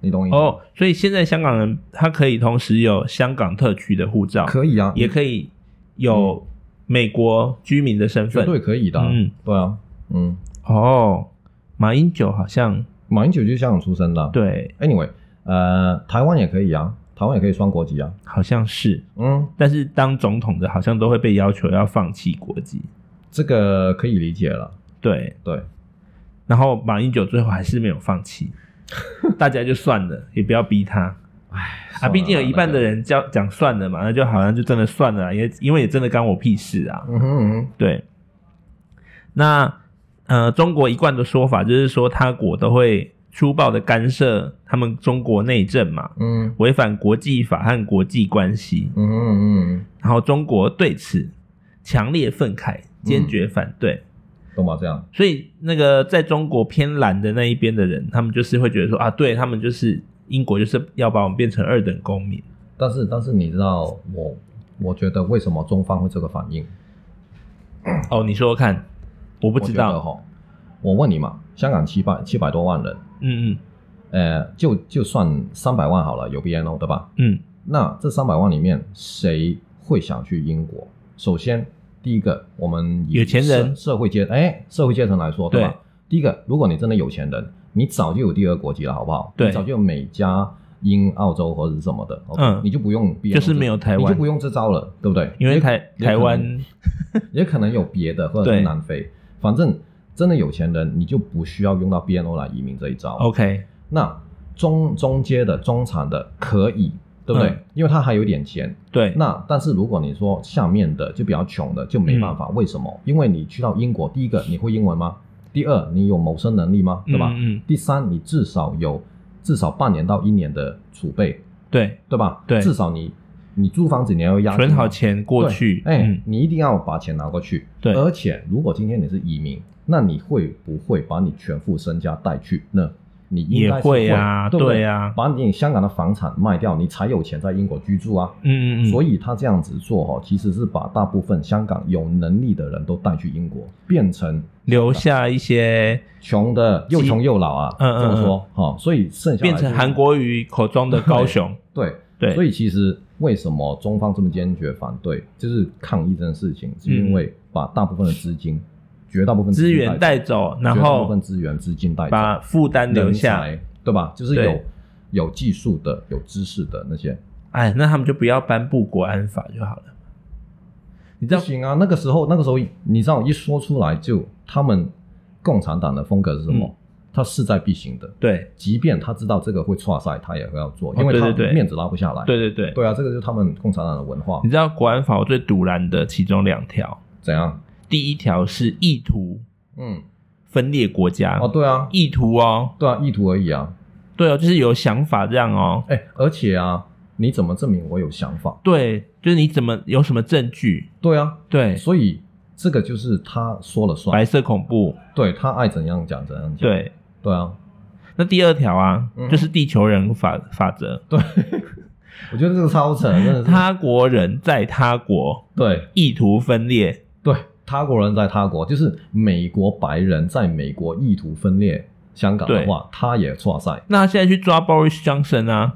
Speaker 2: 你懂我意思吗？
Speaker 1: 哦，所以现在香港人他可以同时有香港特区的护照，
Speaker 2: 可以啊，
Speaker 1: 也可以有美国居民的身
Speaker 2: 绝
Speaker 1: 份。
Speaker 2: 对可以的、啊，
Speaker 1: 嗯，
Speaker 2: 对啊，嗯，
Speaker 1: 哦，马英九好像
Speaker 2: 马英九就是香港出生的啊、
Speaker 1: 对，
Speaker 2: ，anyway，呃，台湾也可以啊，台湾也可以双国籍啊，
Speaker 1: 好像是，
Speaker 2: 嗯，
Speaker 1: 但是当总统的好像都会被要求要放弃国籍。
Speaker 2: 这个可以理解了，
Speaker 1: 对，
Speaker 2: 对，
Speaker 1: 然后马英九最后还是没有放 弃，大家就算了，也不要逼他
Speaker 2: 唉，
Speaker 1: 啊。
Speaker 2: 算了
Speaker 1: 毕竟有一半的
Speaker 2: 那个
Speaker 1: 人叫讲算了嘛，那就好像就真的算了啊，也因为也真的干我屁事啊。
Speaker 2: 嗯哼嗯哼。
Speaker 1: 对，那呃，中国一贯的说法就是说，他国都会粗暴的干涉他们中国内政嘛，
Speaker 2: 嗯
Speaker 1: 违反国际法和国际关系。
Speaker 2: 嗯嗯嗯
Speaker 1: 然后中国对此强烈愤慨，坚决反对。
Speaker 2: 嗯，懂吗？这样，
Speaker 1: 所以那个在中国偏蓝的那一边的人，他们就是会觉得说啊，对他们就是英国就是要把我们变成二等公民。
Speaker 2: 但是但是你知道我，我觉得为什么中方会这个反应？
Speaker 1: 哦，你说说看，我不
Speaker 2: 不
Speaker 1: 知道。
Speaker 2: 哈。我问你嘛，香港七百七百多万人，
Speaker 1: 嗯嗯
Speaker 2: 呃，就就算三百万好了，有 BNO 对吧？
Speaker 1: 嗯，
Speaker 2: 那这三百万里面，谁会想去英国？首先，第一个，我们以
Speaker 1: 有钱人
Speaker 2: 社社会阶哎社会阶层来说，对吧？
Speaker 1: 对
Speaker 2: 第一个，如果你真的有钱人，你早就有第二国籍了，好不好？
Speaker 1: 对
Speaker 2: 你早就有美加。英、澳洲或者是什么的，
Speaker 1: 嗯
Speaker 2: 你就不用 BNO
Speaker 1: 就是没有台湾
Speaker 2: 你就不用这招了，对不对？
Speaker 1: 因为台
Speaker 2: 也可能
Speaker 1: 台湾
Speaker 2: 也可能有别的，或者是
Speaker 1: 对
Speaker 2: 南非，反正真的有钱人，你就不需要用到 BNO 来移民这一招。
Speaker 1: OK，
Speaker 2: 那中中阶的、中产的可以，对不对？
Speaker 1: 嗯
Speaker 2: 因为他还有点钱。
Speaker 1: 对，
Speaker 2: 那但是如果你说下面的就比较穷的，就没办法。为什么？因为你去到英国，第一个你会英文吗？第二，你有谋生能力吗？对吧？
Speaker 1: 嗯嗯，
Speaker 2: 第三，你至少有至少半年到一年的储备，
Speaker 1: 对，
Speaker 2: 对吧？
Speaker 1: 对
Speaker 2: 至少你你租房子你要押金
Speaker 1: 存好
Speaker 2: 吗
Speaker 1: 钱过
Speaker 2: 对
Speaker 1: 去。
Speaker 2: 哎、
Speaker 1: 嗯，
Speaker 2: 你一定要把钱拿过去。
Speaker 1: 对
Speaker 2: 而且如果今天你是移民，那你会不会把你全副身家带去呢？你应
Speaker 1: 也
Speaker 2: 该是
Speaker 1: 会啊，
Speaker 2: 对不
Speaker 1: 对啊，
Speaker 2: 把你香港的房产卖掉，你才有钱在英国居住啊。
Speaker 1: 嗯嗯嗯，
Speaker 2: 所
Speaker 1: 以
Speaker 2: 以他这样子做哈、哦，其实是把大部分香港有能力的人都带去英国，变成
Speaker 1: 留下一些
Speaker 2: 穷的又穷又老啊，
Speaker 1: 嗯嗯
Speaker 2: 这么说哈、哦所以剩下来
Speaker 1: 变成
Speaker 2: 就是
Speaker 1: 韩国瑜口中的高雄。
Speaker 2: 对
Speaker 1: 对，
Speaker 2: 所以其实为什么中方这么坚决反对，就是抗议这件事情，是因为把大部分的资金，绝大部分
Speaker 1: 嗯资源带
Speaker 2: 带，
Speaker 1: 走，然
Speaker 2: 绝大部
Speaker 1: 后
Speaker 2: 分资源资金带走，
Speaker 1: 把负担留
Speaker 2: 人
Speaker 1: 下。
Speaker 2: 才，对吧？就是有
Speaker 1: 对
Speaker 2: 有技术的、有知识的那些，
Speaker 1: 哎，那他们就不要颁布国安法就好了。你知
Speaker 2: 不
Speaker 1: 道，
Speaker 2: 行啊！那个时候，那个时候你知道一说出来就他们共产党的风格是什么？
Speaker 1: 嗯
Speaker 2: 他势在必行的，
Speaker 1: 对
Speaker 2: 即便他知道这个会错赛，他也会要做，
Speaker 1: 哦
Speaker 2: 因为他
Speaker 1: 对对对
Speaker 2: 面子拉不下来。
Speaker 1: 对嗯对对，
Speaker 2: 对啊，这个就是他们共产党的文化
Speaker 1: 你，知道国安法我最堵拦的其中两条，
Speaker 2: 怎样？
Speaker 1: 第一条是意图
Speaker 2: 嗯，
Speaker 1: 分裂国家，
Speaker 2: 哦，对啊，
Speaker 1: 意图哦，
Speaker 2: 对啊，意图而已啊。
Speaker 1: 对哦，就是有想法这样哦，
Speaker 2: 哎，而且啊，你怎么证明我有想法？
Speaker 1: 对，就是你怎么有什么证据？
Speaker 2: 对啊，
Speaker 1: 对，
Speaker 2: 所以这个就是他说了算
Speaker 1: 白，色恐怖，
Speaker 2: 对他爱怎样讲怎样讲。
Speaker 1: 对。
Speaker 2: 对啊，
Speaker 1: 那第二条啊，
Speaker 2: 嗯
Speaker 1: 就是地球人法法则，
Speaker 2: 对，我觉得这个超扯，真的是。
Speaker 1: 他国人在他国
Speaker 2: 对
Speaker 1: 意图分裂，
Speaker 2: 对，他国人在他国，就是美国白人在美国意图分裂香港的话，他也错赛。
Speaker 1: 那他现在去抓 Boris Johnson 啊，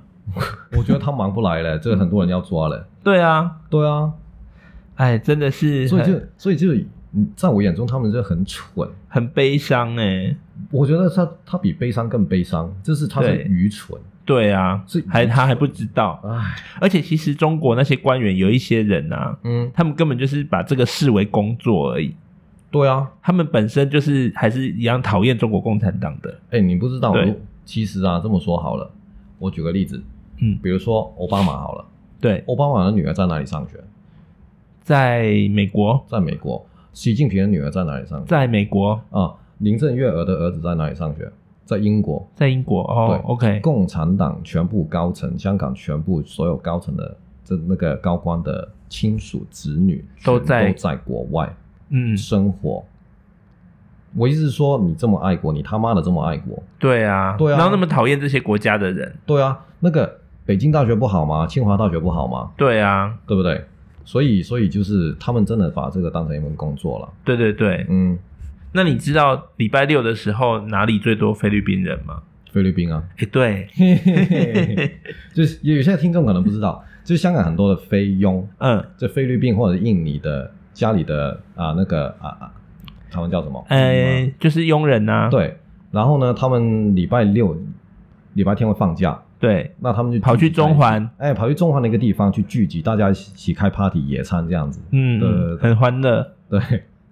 Speaker 2: 我觉得他忙不来 嘞，这个很多人要抓嘞。
Speaker 1: 对啊，
Speaker 2: 对啊，
Speaker 1: 哎，真的是
Speaker 2: 所以
Speaker 1: 很
Speaker 2: 就所以就嗯在我眼中，他们就很蠢。
Speaker 1: 很悲伤哎、
Speaker 2: 我觉得他他比悲伤更悲伤，就是他是
Speaker 1: 对
Speaker 2: 愚蠢。
Speaker 1: 对啊
Speaker 2: 是，
Speaker 1: 还他还不知道，
Speaker 2: 唉，
Speaker 1: 而且其实中国那些官员有一些人啊，
Speaker 2: 嗯，
Speaker 1: 他们根本就是把这个视为工作而已，
Speaker 2: 对啊，
Speaker 1: 他们本身就是还是一样讨厌中国共产党的，
Speaker 2: 哎，你不知道，
Speaker 1: 对
Speaker 2: 如其实啊，这么说好了，我举个例子，
Speaker 1: 嗯，
Speaker 2: 比如说奥巴马好了，
Speaker 1: 对，
Speaker 2: 奥巴马的女儿在哪里上学？
Speaker 1: 在美国，
Speaker 2: 在美国。习近平的女儿在哪里上学？
Speaker 1: 在美国，
Speaker 2: 啊，林郑月娥的儿子在哪里上学？在英国。
Speaker 1: 在英国哦
Speaker 2: 对
Speaker 1: ，OK，
Speaker 2: 共产党全部高层，香港全部所有高层的这那个高官的亲属子女
Speaker 1: 都
Speaker 2: 全
Speaker 1: 在
Speaker 2: 都在国外
Speaker 1: 嗯，
Speaker 2: 生活。我意思是说，你这么爱国，你他妈的这么爱国，
Speaker 1: 对啊，
Speaker 2: 对啊
Speaker 1: 然后那么讨厌这些国家的人，
Speaker 2: 对啊，那个北京大学不好吗？清华大学不好吗？
Speaker 1: 对啊，
Speaker 2: 对不对？所以，所以就是他们真的把这个当成一门工作了。
Speaker 1: 对对对。
Speaker 2: 嗯，
Speaker 1: 那你知道礼拜六的时候哪里最多菲律宾人吗？
Speaker 2: 菲律 宾啊，
Speaker 1: 哎，对，
Speaker 2: 嘿嘿嘿就是有些听众可能不知道，就是香港很多的菲佣，
Speaker 1: 嗯，
Speaker 2: 这菲律宾或者是印尼的家里的啊那个啊啊，他们叫什么？
Speaker 1: 哎，就是佣人呐、啊，
Speaker 2: 对，然后呢，他们礼拜六、礼拜天会放假，
Speaker 1: 对
Speaker 2: 那他们就聚集
Speaker 1: 跑去中环
Speaker 2: 在一起，哎，跑去中环的一个地方去聚集，大家一起开 party 野餐这样子。
Speaker 1: 嗯，
Speaker 2: 对对
Speaker 1: 嗯
Speaker 2: 对
Speaker 1: 很欢乐，
Speaker 2: 对，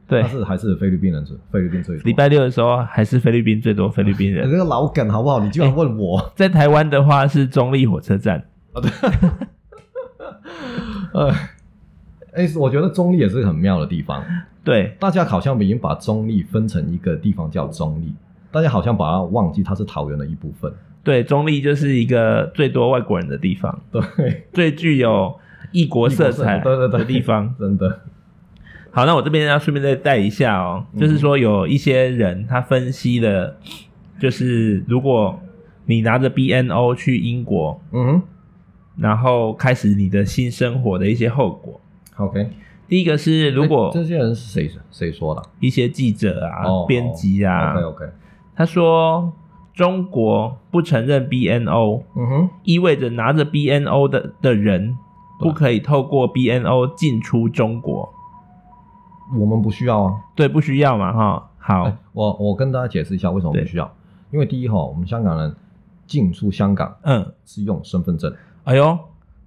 Speaker 1: 对
Speaker 2: 但。是还是菲律宾人最菲律宾最多
Speaker 1: 礼拜六的时候还是菲律宾最多菲律宾
Speaker 2: 你
Speaker 1: 人，
Speaker 2: 这个老梗好不好？你居然问我，
Speaker 1: 在台湾的话是中立火车站，
Speaker 2: 呃，哎，我觉得中立也是个很妙的地方。
Speaker 1: 对
Speaker 2: 大家好像已经把中立分成一个地方叫中立，大家好像把它忘记它是桃园的一部分。
Speaker 1: 对，中立就是一个最多外国人的地方，
Speaker 2: 对，
Speaker 1: 最具有异国色彩
Speaker 2: 异国色彩对对对
Speaker 1: 的地方。
Speaker 2: 真的，
Speaker 1: 好，那我这边要顺便再带一下哦，
Speaker 2: 嗯
Speaker 1: 就是说有一些人他分析了，就是如果你拿着 BNO 去英国，
Speaker 2: 嗯哼
Speaker 1: 然后开始你的新生活的一些后果。
Speaker 2: ，OK。
Speaker 1: 第一个是如果
Speaker 2: 哎这些人是谁谁说的
Speaker 1: 一些记者啊、
Speaker 2: 哦
Speaker 1: 编辑啊，
Speaker 2: ？OK OK，
Speaker 1: 他说中国不承认 BNO，
Speaker 2: 嗯哼，
Speaker 1: 意味着拿着 BNO 的的人
Speaker 2: 对
Speaker 1: 不可以透过 BNO 进出中国。
Speaker 2: 我们不需要啊。
Speaker 1: 对，不需要嘛哈。好，
Speaker 2: 哎我我跟大家解释一下为什么
Speaker 1: 对
Speaker 2: 不需要，因为第一哈，我们香港人进出香港
Speaker 1: 嗯，
Speaker 2: 是用身份证，
Speaker 1: 哎呦，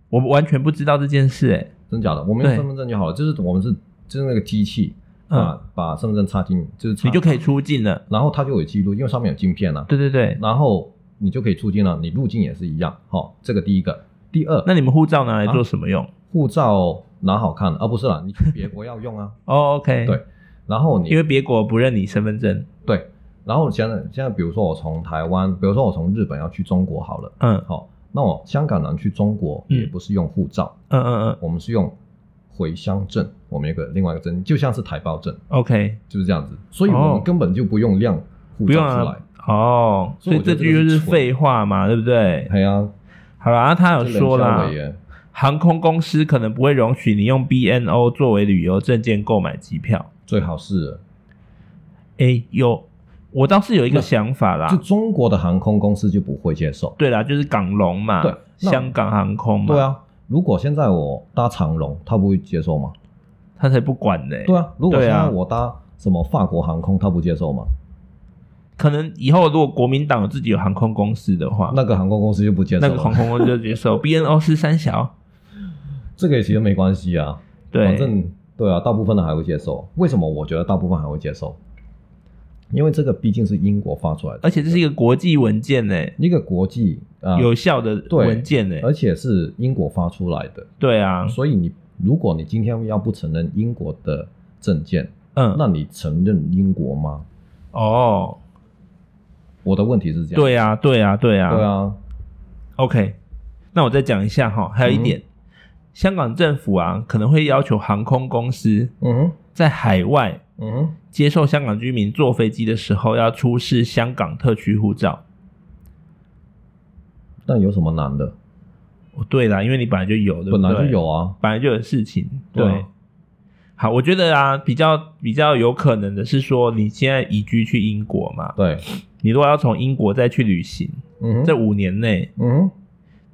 Speaker 1: 我完全不知道这件事哎。
Speaker 2: 真假的？我们用
Speaker 1: 对
Speaker 2: 身份证就好了，就是我们是就是那个机器把、
Speaker 1: 嗯，
Speaker 2: 把身份证插进，就是插
Speaker 1: 你就可以出境了。
Speaker 2: 然后它就有记录，因为上面有镜片啊。
Speaker 1: 对对对，
Speaker 2: 然后你就可以出境了，你入境也是一样。好、这个第一个，第二，
Speaker 1: 那你们护照拿来做什么用？
Speaker 2: 护照拿好看，啊而、不是啦，你去别国要用啊。
Speaker 1: 哦，OK，
Speaker 2: 对，然后
Speaker 1: 因
Speaker 2: 你
Speaker 1: 为别国不认你身份证。
Speaker 2: 对，然后现在现在比如说我从台湾，比如说我从日本要去中国好了，
Speaker 1: 嗯
Speaker 2: 好、那我香港人去中国
Speaker 1: 嗯
Speaker 2: 也不是用护照，
Speaker 1: 嗯嗯嗯
Speaker 2: 我们是用回乡证，我们有个另外一个证，就像是台胞证
Speaker 1: ，OK，
Speaker 2: 就是这样子，所以我
Speaker 1: 哦
Speaker 2: 们根本就不用亮护
Speaker 1: 不
Speaker 2: 照
Speaker 1: 用
Speaker 2: 出来
Speaker 1: 啊。。哦，所
Speaker 2: 所以
Speaker 1: 以
Speaker 2: 我觉
Speaker 1: 这
Speaker 2: 得
Speaker 1: 句
Speaker 2: 这
Speaker 1: 就
Speaker 2: 个是
Speaker 1: 是
Speaker 2: 蠢
Speaker 1: 废话嘛，对不对？
Speaker 2: 哎呀、啊，
Speaker 1: 好啦，他有
Speaker 2: 这
Speaker 1: 说
Speaker 2: 冷笑
Speaker 1: 啦
Speaker 2: 话，耶
Speaker 1: 航空公司可能不会容许你用 BNO 作为旅游证件购买机票。
Speaker 2: 最好是
Speaker 1: 诶，有，我倒是有一个
Speaker 2: 那
Speaker 1: 想法啦
Speaker 2: 就。中国的航空公司就不会接受。
Speaker 1: 对啦，就是港龙嘛，
Speaker 2: 对那
Speaker 1: 香港航空嘛，
Speaker 2: 对，啊，如果现在我搭长龙，他不会接受吗？
Speaker 1: 他才不管呢、
Speaker 2: 对啊，如果
Speaker 1: 对
Speaker 2: 现
Speaker 1: 啊
Speaker 2: 在我搭什么法国航空，他不接受吗？
Speaker 1: 可能以后如果国民党有自己有航空公司的话，
Speaker 2: 那个航空公司就不接受
Speaker 1: 啊那
Speaker 2: 了。
Speaker 1: 个航空公司就接 受 BNO 是三小，
Speaker 2: 这个也其实没关系啊，
Speaker 1: 对
Speaker 2: 反，正对啊，大部分人还会接受。为什么我觉得大部分还会接受？因为这个毕竟是英国发出来的，
Speaker 1: 而且这是一个国际文件呢、
Speaker 2: 一个国际啊、
Speaker 1: 有效的
Speaker 2: 对
Speaker 1: 文件呢、
Speaker 2: 而且是英国发出来的，
Speaker 1: 对啊，
Speaker 2: 所以你如果你今天要不承认英国的证件，
Speaker 1: 嗯，
Speaker 2: 那你承认英国吗？
Speaker 1: 哦，
Speaker 2: 我的问题是这样。
Speaker 1: 对啊，对啊，对啊，
Speaker 2: 对啊，
Speaker 1: OK，那我再讲一下哈，还有一
Speaker 2: 嗯
Speaker 1: 点，香港政府啊可能会要求航空公司
Speaker 2: 嗯哼，
Speaker 1: 在海外
Speaker 2: 嗯哼。
Speaker 1: 接受香港居民坐飞机的时候要出示香港特区护照。
Speaker 2: 但有什么难的？
Speaker 1: 哦，对啦，因为你本来就有，对不
Speaker 2: 本
Speaker 1: 对
Speaker 2: 来就，有啊。
Speaker 1: 本来就有事情。对，
Speaker 2: 对啊
Speaker 1: 好，我觉得啊，比较比较有可能的是说，你现在移居去英国嘛，
Speaker 2: 对，
Speaker 1: 你如果要从英国再去旅行，
Speaker 2: 嗯
Speaker 1: 这
Speaker 2: 哼，
Speaker 1: 五年内
Speaker 2: 嗯哼，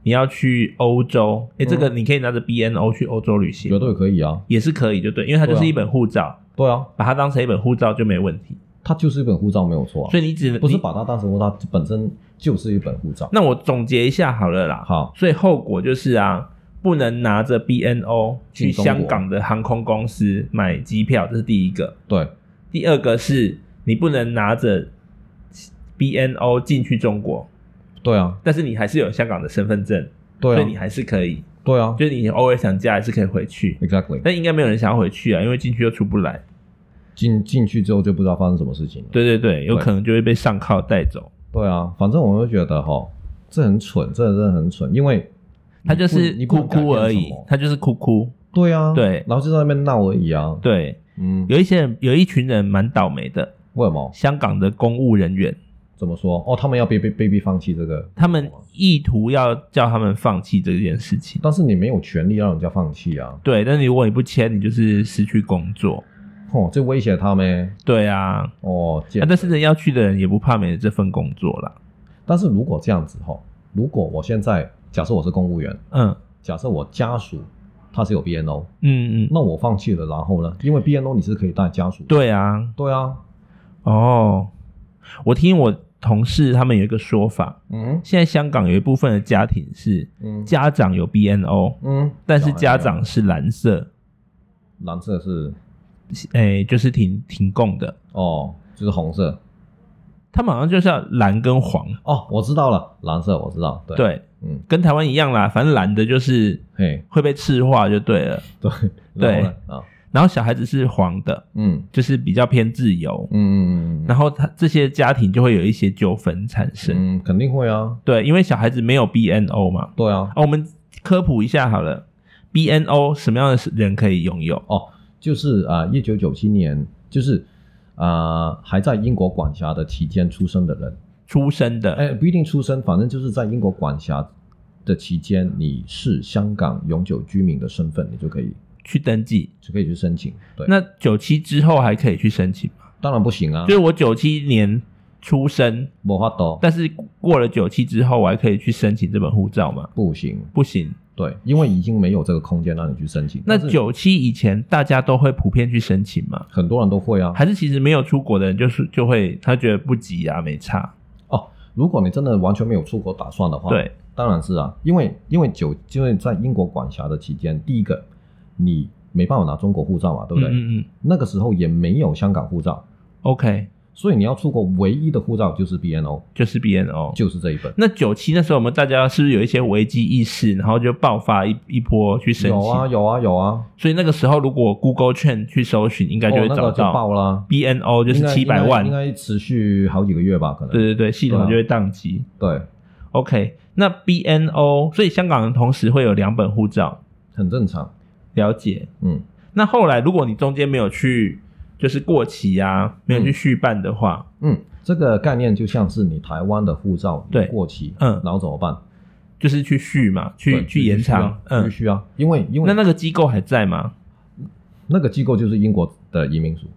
Speaker 1: 你要去欧洲，诶，
Speaker 2: 嗯
Speaker 1: 这个你可以拿着 BNO 去欧洲旅行，
Speaker 2: 绝对可以啊。
Speaker 1: 也是可以，就对，因为它就是一本护照，
Speaker 2: 对啊，
Speaker 1: 把它当成一本护照就没问题。
Speaker 2: 它就是一本护照，没有错啊
Speaker 1: 所。以你只能
Speaker 2: 不是
Speaker 1: 你
Speaker 2: 把它当成护照，它本身就是一本护照。
Speaker 1: 那我总结一下好了啦。
Speaker 2: 好，
Speaker 1: 所以后果就是啊，不能拿着 BNO 去
Speaker 2: 进中国
Speaker 1: 香港的航空公司买机票，这是第一个。
Speaker 2: 对，
Speaker 1: 第二个是你不能拿着 BNO 进去中国，
Speaker 2: 对啊，
Speaker 1: 但是你还是有香港的身份证，所
Speaker 2: 对
Speaker 1: 以你
Speaker 2: 啊，
Speaker 1: 还是可以，
Speaker 2: 对啊
Speaker 1: 就是你偶尔想家还是可以回去。
Speaker 2: ，exactly。
Speaker 1: 但应该没有人想要回去啊，因为进去又出不来。
Speaker 2: 进进去之后就不知道发生什么事情了。
Speaker 1: 对对对，有
Speaker 2: 对
Speaker 1: 可能就会被上铐带走。
Speaker 2: 对啊，反正我就觉得哈，这很蠢，这真的很蠢，因为
Speaker 1: 他就
Speaker 2: 你
Speaker 1: 是哭
Speaker 2: 不你不能
Speaker 1: 哭而
Speaker 2: 改变
Speaker 1: 已
Speaker 2: 什么，
Speaker 1: 他就是哭哭。
Speaker 2: 对啊，
Speaker 1: 对
Speaker 2: 然后就在那边闹而已啊。
Speaker 1: 对，
Speaker 2: 嗯，
Speaker 1: 有一些人，有一群人蛮倒霉的，
Speaker 2: 为什么？
Speaker 1: 香港的公务人员，
Speaker 2: 怎么说？哦，他们要被被被逼放弃这个，啊
Speaker 1: 他们意图要叫他们放弃这件事情。
Speaker 2: 但是你没有权利让人家放弃啊。
Speaker 1: 对，但是如果你不签，你就是失去工作。
Speaker 2: 哦，这威胁他们
Speaker 1: 对啊，
Speaker 2: 哦。
Speaker 1: 啊
Speaker 2: 贱
Speaker 1: 但是呢，要去的人也不怕没了这份工作啦。
Speaker 2: 但是如果这样子哈，如果我现在假设我是公务员，
Speaker 1: 嗯
Speaker 2: 假设我家属他是有 BNO，
Speaker 1: 嗯嗯，
Speaker 2: 那我放弃了，然后呢？因为 BNO 你是可以带家属的。
Speaker 1: 对啊。
Speaker 2: 对啊，
Speaker 1: 哦，我听我同事他们有一个说法，
Speaker 2: 嗯
Speaker 1: 现在香港有一部分的家庭是
Speaker 2: 嗯
Speaker 1: 家长有 BNO，
Speaker 2: 嗯，
Speaker 1: 但是
Speaker 2: 小
Speaker 1: 家
Speaker 2: 孩没有
Speaker 1: 长是蓝色，
Speaker 2: 蓝色是
Speaker 1: 诶、哎就是停停供的。
Speaker 2: 哦，就是红色
Speaker 1: 他们好像就是要蓝跟黄，
Speaker 2: 哦，我知道了，蓝色我知道，对，
Speaker 1: 对，
Speaker 2: 嗯，
Speaker 1: 跟台湾一样啦，反正蓝的就是
Speaker 2: 嘿，
Speaker 1: 会被赤化就对了。
Speaker 2: 对，
Speaker 1: 对
Speaker 2: 然后呢啊，
Speaker 1: 然后小孩子是黄的，
Speaker 2: 嗯
Speaker 1: 就是比较偏自由
Speaker 2: 嗯。嗯嗯嗯
Speaker 1: 然后他这些家庭就会有一些纠纷产生，
Speaker 2: 嗯，肯定会啊，
Speaker 1: 对，因为小孩子没有 BNO 嘛。
Speaker 2: 对啊，
Speaker 1: 啊，我们科普一下好了，BNO 什么样的人可以拥有？
Speaker 2: 就是啊，一九九七年，就是啊、还在英国管辖的期间出生的人，
Speaker 1: 出生的，
Speaker 2: 哎，不一定出生，反正就是在英国管辖的期间，你是香港永久居民的身份，你就可以
Speaker 1: 去登记。
Speaker 2: 就可以去申请，对，
Speaker 1: 那九七之后还可以去申请吗？
Speaker 2: 当然不行啊
Speaker 1: 就，是我九七年出生，
Speaker 2: 没法度，
Speaker 1: 但是过了九七之后，我还可以去申请这本护照吗？
Speaker 2: 不行，
Speaker 1: 不行。
Speaker 2: 对，因为已经没有这个空间让你去申请，
Speaker 1: 那
Speaker 2: 但是
Speaker 1: 九七以前大家都会普遍去申请吗？
Speaker 2: 很多人都会啊，
Speaker 1: 还是其实没有出国的人就是就会他觉得不急啊，没差。
Speaker 2: 哦，如果你真的完全没有出国打算的话，，
Speaker 1: 对，
Speaker 2: 当然是啊，因为因为九因为在英国管辖的期间，第一个你没办法拿中国护照嘛，对不对？
Speaker 1: 嗯嗯嗯
Speaker 2: 那个时候也没有香港护照，
Speaker 1: ，OK，
Speaker 2: 所以你要出国唯一的护照就是 BNO，
Speaker 1: 就是 BNO。
Speaker 2: 就是这一本。
Speaker 1: 那九七那时候，我们大家是不是有一些危机意识，然后就爆发一一波去申
Speaker 2: 有
Speaker 1: 请？
Speaker 2: 啊有啊有啊，
Speaker 1: 所以那个时候，如果 Google 券去搜寻，应该就
Speaker 2: 哦
Speaker 1: 会
Speaker 2: 那
Speaker 1: 找
Speaker 2: 个就
Speaker 1: 到、
Speaker 2: 爆啦，
Speaker 1: BNO 就
Speaker 2: 应
Speaker 1: 是
Speaker 2: 该
Speaker 1: 七百万
Speaker 2: 应。该啊应该持续好几个月吧，可能
Speaker 1: 对对对，系统就会宕机。
Speaker 2: 对
Speaker 1: OK，那 BNO，所以香港人同时会有两本护照，
Speaker 2: 很正常。
Speaker 1: 了解。
Speaker 2: 嗯，
Speaker 1: 那后来如果你中间没有去，就是过期啊，没有去续办的话，
Speaker 2: 嗯，这个概念就像是你台湾的护照
Speaker 1: 对
Speaker 2: 过期，
Speaker 1: 嗯
Speaker 2: 然后怎么办？
Speaker 1: 就是去续嘛，去
Speaker 2: 对
Speaker 1: 去延长。
Speaker 2: 必
Speaker 1: 嗯，
Speaker 2: 须啊，因为因为
Speaker 1: 那那个机构还在吗？
Speaker 2: 那个机构就是英国的移民署，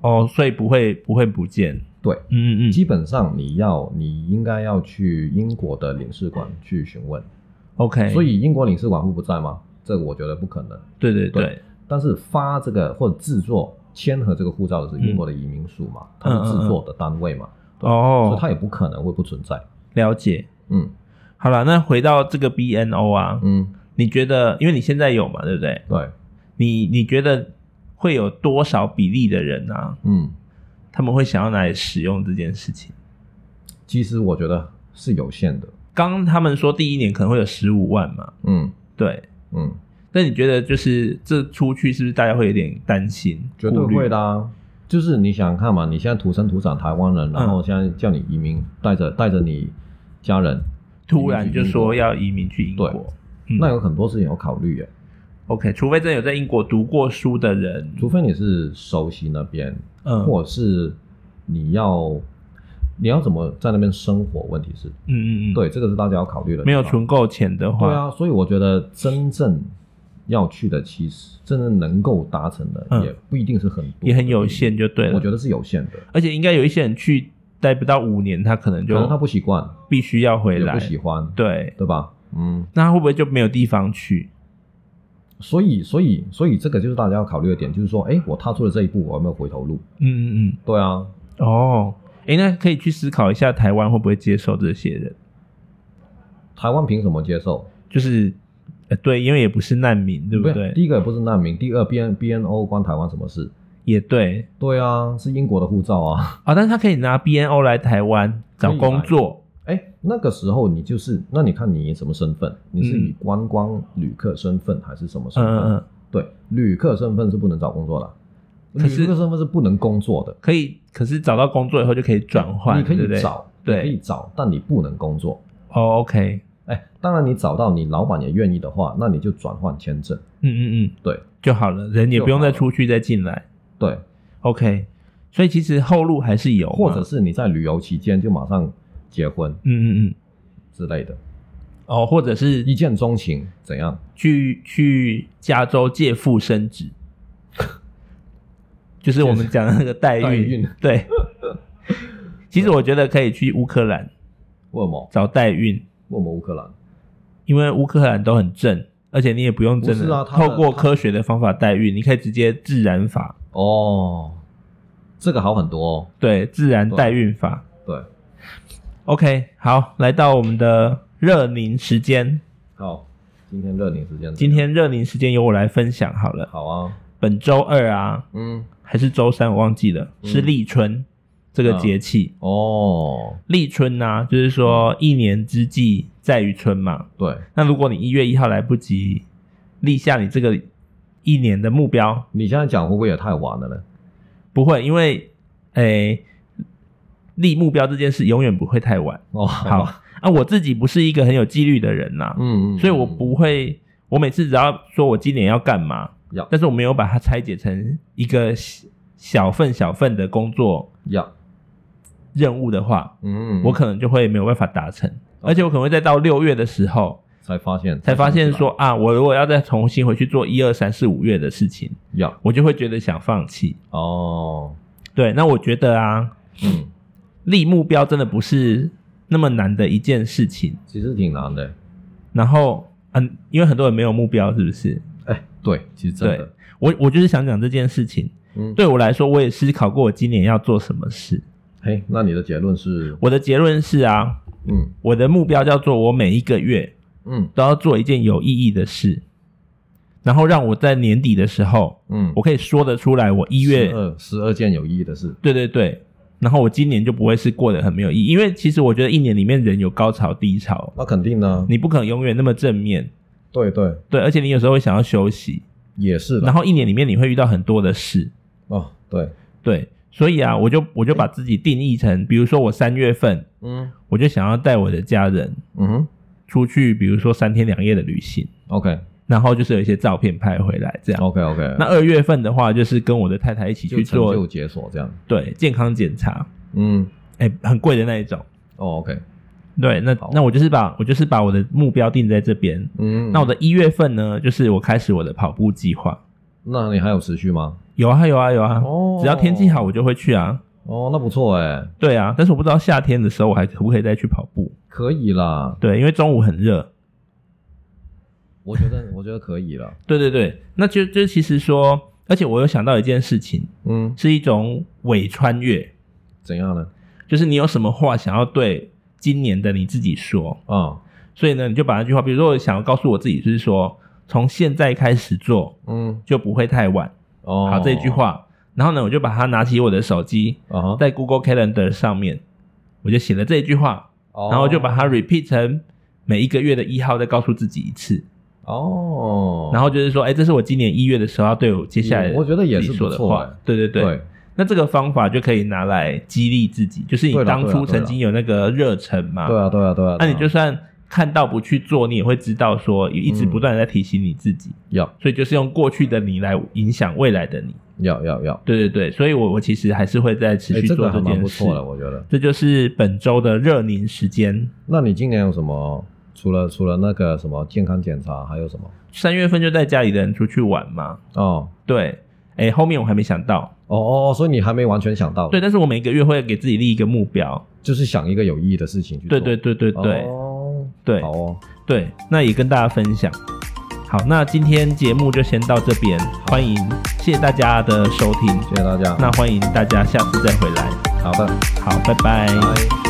Speaker 1: 哦，所以不会不会不见。
Speaker 2: 对
Speaker 1: 嗯嗯嗯
Speaker 2: 基本上你要你应该要去英国的领事馆去询问，
Speaker 1: ，OK。
Speaker 2: 所以英国领事馆会不在吗？这个我觉得不可能。
Speaker 1: 对对对，
Speaker 2: 对但是发这个或者制作签核这个护照的是英国的移民署嘛，它是制作的单位嘛，
Speaker 1: 嗯
Speaker 2: 所
Speaker 1: 哦
Speaker 2: 以，它也不可能会不存在。
Speaker 1: 了解。
Speaker 2: 嗯
Speaker 1: 好了，那回到这个 BNO 啊，
Speaker 2: 嗯，
Speaker 1: 你觉得，因为你现在有嘛，对不对？
Speaker 2: 对，
Speaker 1: 你你觉得会有多少比例的人啊，
Speaker 2: 嗯，
Speaker 1: 他们会想要拿来使用这件事情？
Speaker 2: 其实我觉得是有限的。
Speaker 1: 刚刚他们说第一年可能会有十五万嘛，
Speaker 2: 嗯
Speaker 1: 对，
Speaker 2: 嗯，
Speaker 1: 那你觉得就是这出去是不是大家会有点担心？
Speaker 2: 绝对
Speaker 1: 顾虑
Speaker 2: 会的、啊。就是你想想看嘛，你现在土生土长台湾人，然
Speaker 1: 嗯
Speaker 2: 后现在叫你移民，带着带着你家人，
Speaker 1: 突然就说要移民去英
Speaker 2: 对
Speaker 1: 国，嗯
Speaker 2: 那有很多事情要考虑耶。
Speaker 1: OK，除非真的有在英国读过书的人，
Speaker 2: 除非你是熟悉那边，
Speaker 1: 嗯
Speaker 2: 或者是你要你要怎么在那边生活，问题是，
Speaker 1: 嗯嗯嗯，，
Speaker 2: 对，这个是大家要考虑的。
Speaker 1: 没有，存够钱的话，
Speaker 2: 对啊，所以我觉得真正要去的，其实真正能够达成的，
Speaker 1: 嗯
Speaker 2: 也不一定是很多，
Speaker 1: 也很有限，就对了。
Speaker 2: 我觉得是有限的，
Speaker 1: 而且应该有一些人去待不到五年，他可能
Speaker 2: 可能他
Speaker 1: 就
Speaker 2: 不习惯，
Speaker 1: 必须要回
Speaker 2: 也
Speaker 1: 来
Speaker 2: 不。喜欢，
Speaker 1: 对，
Speaker 2: 对吧？嗯，
Speaker 1: 那他会不会就没有地方去？
Speaker 2: 所以，所以，所以这个就是大家要考虑的点，就是说，哎，我踏出了这一步，我有没有回头路？
Speaker 1: 嗯嗯
Speaker 2: 对啊，
Speaker 1: 嗯，哦，诶，那可以去思考一下，台湾会不会接受这些人？
Speaker 2: 台湾凭什么接受？
Speaker 1: 就是，呃，对，因为也不是难民，对不对？
Speaker 2: 第一个也不是难民，第二 B N B N O 关台湾什么事？
Speaker 1: 也对哦
Speaker 2: 对啊，是英国的护照啊。
Speaker 1: 啊、但是他可以拿 BNO 来台湾找工作，
Speaker 2: 哎、哎，那个时候你就是，那你看你以什么身份？你是以
Speaker 1: 嗯
Speaker 2: 观光旅客身份还是什么身
Speaker 1: 嗯
Speaker 2: 份？
Speaker 1: 嗯，嗯
Speaker 2: 对，旅客身份是不能找工作的，
Speaker 1: 可是
Speaker 2: 旅客身份是不能工作的。
Speaker 1: 可以，可是找到工作以后就可以转换，
Speaker 2: 你可
Speaker 1: 对不对
Speaker 2: 以找，你
Speaker 1: 对
Speaker 2: 可以找，但你不能工作。
Speaker 1: 哦，OK，
Speaker 2: 哎，当然你找到你老板也愿意的话，那你就转换签证。
Speaker 1: 嗯嗯嗯，
Speaker 2: 对
Speaker 1: 就好了，人也
Speaker 2: 就
Speaker 1: 不用
Speaker 2: 好
Speaker 1: 再
Speaker 2: 了
Speaker 1: 出去再进来
Speaker 2: 对，
Speaker 1: ，OK，所以其实后路还是有嘛，
Speaker 2: 或者是你在旅游期间就马上结婚
Speaker 1: 嗯嗯嗯，
Speaker 2: 之类的，
Speaker 1: 哦，或者是
Speaker 2: 一见钟情怎样？
Speaker 1: 去去加州借腹生子， 就是我们讲的那个代孕。
Speaker 2: 代孕
Speaker 1: 对，其实我觉得可以去乌克兰
Speaker 2: 为什么？
Speaker 1: 找代孕，
Speaker 2: 为什么乌克兰？
Speaker 1: 因为乌克兰都很正，而且你也不用真
Speaker 2: 不是
Speaker 1: 的、
Speaker 2: 啊他们
Speaker 1: 透过科学的方法代孕，你可以直接自然法，
Speaker 2: 哦，这个好很多哦。
Speaker 1: 对，自然代孕法。
Speaker 2: 对，
Speaker 1: OK，好，来到我们的热凝时间，
Speaker 2: 好，今天热点时间怎样，
Speaker 1: 今天热凝时间由我来分享好了。
Speaker 2: 好啊，
Speaker 1: 本周二啊，
Speaker 2: 嗯，
Speaker 1: 还是周三，我忘记了，是
Speaker 2: 嗯
Speaker 1: 立春、这个
Speaker 2: 嗯
Speaker 1: 节气。
Speaker 2: 哦，
Speaker 1: 立春呐、就是
Speaker 2: 嗯
Speaker 1: 说一年之计在于春嘛。
Speaker 2: 对，
Speaker 1: 那如果你一月一号来不及立下你这个一年的目标，
Speaker 2: 你现在讲会不会也太晚了呢？
Speaker 1: 不会，因为诶立目标这件事永远不会太晚。
Speaker 2: 哦，
Speaker 1: 好
Speaker 2: 吧，
Speaker 1: 啊，我自己不是一个很有纪律的人呐、
Speaker 2: 嗯嗯，
Speaker 1: 所以我不会，我每次只要说我今年要干嘛，
Speaker 2: 要
Speaker 1: 但是我没有把它拆解成一个小小份小份的工作
Speaker 2: 要，
Speaker 1: 任务的话，
Speaker 2: 嗯，哦
Speaker 1: 我可能就会没有办法达成，而且我可能会在到六月的时候。
Speaker 2: 才发现，
Speaker 1: 才发现
Speaker 2: 想起来
Speaker 1: 说啊，我如果要再重新回去做一二三四五月的事情，
Speaker 2: 要
Speaker 1: 我就会觉得想放弃。
Speaker 2: 哦，
Speaker 1: 对，那我觉得啊，
Speaker 2: 嗯，
Speaker 1: 立目标真的不是那么难的一件事情。
Speaker 2: 其实挺难的，
Speaker 1: 然后，嗯，因为很多人没有目标，是不是？
Speaker 2: 哎，对，其实真的，
Speaker 1: 我我就是想讲这件事情。
Speaker 2: 嗯，，
Speaker 1: 对我来说，我也思考过我今年要做什么事。
Speaker 2: 嘿，那你的结论是，
Speaker 1: 我的结论是啊，
Speaker 2: 嗯
Speaker 1: 我的目标叫做我每一个月
Speaker 2: 嗯
Speaker 1: 都要做一件有意义的事，然后让我在年底的时候，
Speaker 2: 嗯，
Speaker 1: 我可以说得出来，我一月
Speaker 2: 二十二件有意义的事，
Speaker 1: 对对对，然后我今年就不会是过得很没有意义，因为其实我觉得一年里面人有高潮低潮，
Speaker 2: 那肯定呢，
Speaker 1: 你不可能永远那么正面，
Speaker 2: 对对，
Speaker 1: 对，而且你有时候会想要休息，
Speaker 2: 也是
Speaker 1: 然
Speaker 2: 的，
Speaker 1: 后一年里面你会遇到很多的事，
Speaker 2: 哦，对，
Speaker 1: 对，所以啊，我就我就把自己定义成，比如说我三月份
Speaker 2: 嗯
Speaker 1: 我就想要带我的家人
Speaker 2: 嗯哼
Speaker 1: 出去，比如说三天两夜的旅行，
Speaker 2: ，OK
Speaker 1: 然后就是有一些照片拍回来这样。
Speaker 2: OK OK，
Speaker 1: 那二月份的话，就是跟我的太太一起
Speaker 2: 就
Speaker 1: 去
Speaker 2: 成就
Speaker 1: 做
Speaker 2: 解锁这样，
Speaker 1: 对健康检查，
Speaker 2: 嗯，
Speaker 1: 哎、很贵的那一种。
Speaker 2: 哦 OK，
Speaker 1: 对，那
Speaker 2: 好
Speaker 1: 那我就是把我就是把我的目标定在这边。
Speaker 2: 嗯，
Speaker 1: 那我的一月份呢，就是我开始我的跑步计划。
Speaker 2: 那你还有持续吗？
Speaker 1: 有啊有啊有啊，
Speaker 2: 哦
Speaker 1: 只要天气好我就会去啊。
Speaker 2: 哦，那不错哎，
Speaker 1: 对啊，但是我不知道夏天的时候我还可不可以再去跑步。
Speaker 2: 可以啦，
Speaker 1: 对，因为中午很热。
Speaker 2: 我觉得 我觉得可以了，
Speaker 1: 对对对，那就就其实说，而且我有想到一件事情，
Speaker 2: 嗯，
Speaker 1: 是一种伪穿越，
Speaker 2: 怎样呢？
Speaker 1: 就是你有什么话想要对今年的你自己说，
Speaker 2: 啊，
Speaker 1: 所以呢，你就把那句话，比如说我想要告诉我自己，就是说从现在开始做
Speaker 2: 嗯，
Speaker 1: 就不会太晚。
Speaker 2: 哦，
Speaker 1: 好这一句，话，然后呢，我就把它拿起我的手机，
Speaker 2: 啊哈，
Speaker 1: 在 Google Calendar 上面，我就写了这一句话，然后就把
Speaker 2: 哦
Speaker 1: 它 repeat 成每一个月的一号，再告诉自己一次，
Speaker 2: 哦，
Speaker 1: 然后就是说，哎，这是我今年一月的时候要对我接下来
Speaker 2: 也嗯我觉得也是
Speaker 1: 自己说
Speaker 2: 不
Speaker 1: 的
Speaker 2: 错
Speaker 1: 话
Speaker 2: 哎，
Speaker 1: 对对对。
Speaker 2: 对，
Speaker 1: 那这个方法就可以拿来激励自己，就是你
Speaker 2: 对啦
Speaker 1: 当
Speaker 2: 对啦
Speaker 1: 初
Speaker 2: 对啦
Speaker 1: 曾经有那个热忱嘛，
Speaker 2: 对啊，对啊，对啊，
Speaker 1: 那
Speaker 2: 对啊
Speaker 1: 你就算看到不去做，你也会知道说一直
Speaker 2: 嗯
Speaker 1: 不断的在提醒你自己，
Speaker 2: 要
Speaker 1: 所以就是用过去的你来影响未来的你。
Speaker 2: 要要要，
Speaker 1: 对对对，所以我我其实还是会再持
Speaker 2: 哎，
Speaker 1: 续
Speaker 2: 这
Speaker 1: 做
Speaker 2: 个还
Speaker 1: 哎这件
Speaker 2: 蛮
Speaker 1: 事。
Speaker 2: 不错的，我觉得。
Speaker 1: 这就是本周的热凝时间，
Speaker 2: 那你今年有什么？除了除了那个什么健康检查，还有什么？
Speaker 1: 三月份就带家里的人出去玩嘛。
Speaker 2: 哦
Speaker 1: 对，哎，后面我还没想到。
Speaker 2: 哦哦，哦所以你还没完全想到，
Speaker 1: 对，，但是我每个月会给自己立一个目标。
Speaker 2: 就是想一个有意义的事情去做。
Speaker 1: 对对对对对、
Speaker 2: 哦，
Speaker 1: 对
Speaker 2: 好哦，
Speaker 1: 对，那也跟大家分享。好，那今天节目就先到这边，欢迎谢谢大家的收听，
Speaker 2: 谢谢大家。
Speaker 1: 那欢迎大家下次再回来。
Speaker 2: 好的，
Speaker 1: 好，拜拜
Speaker 2: 拜。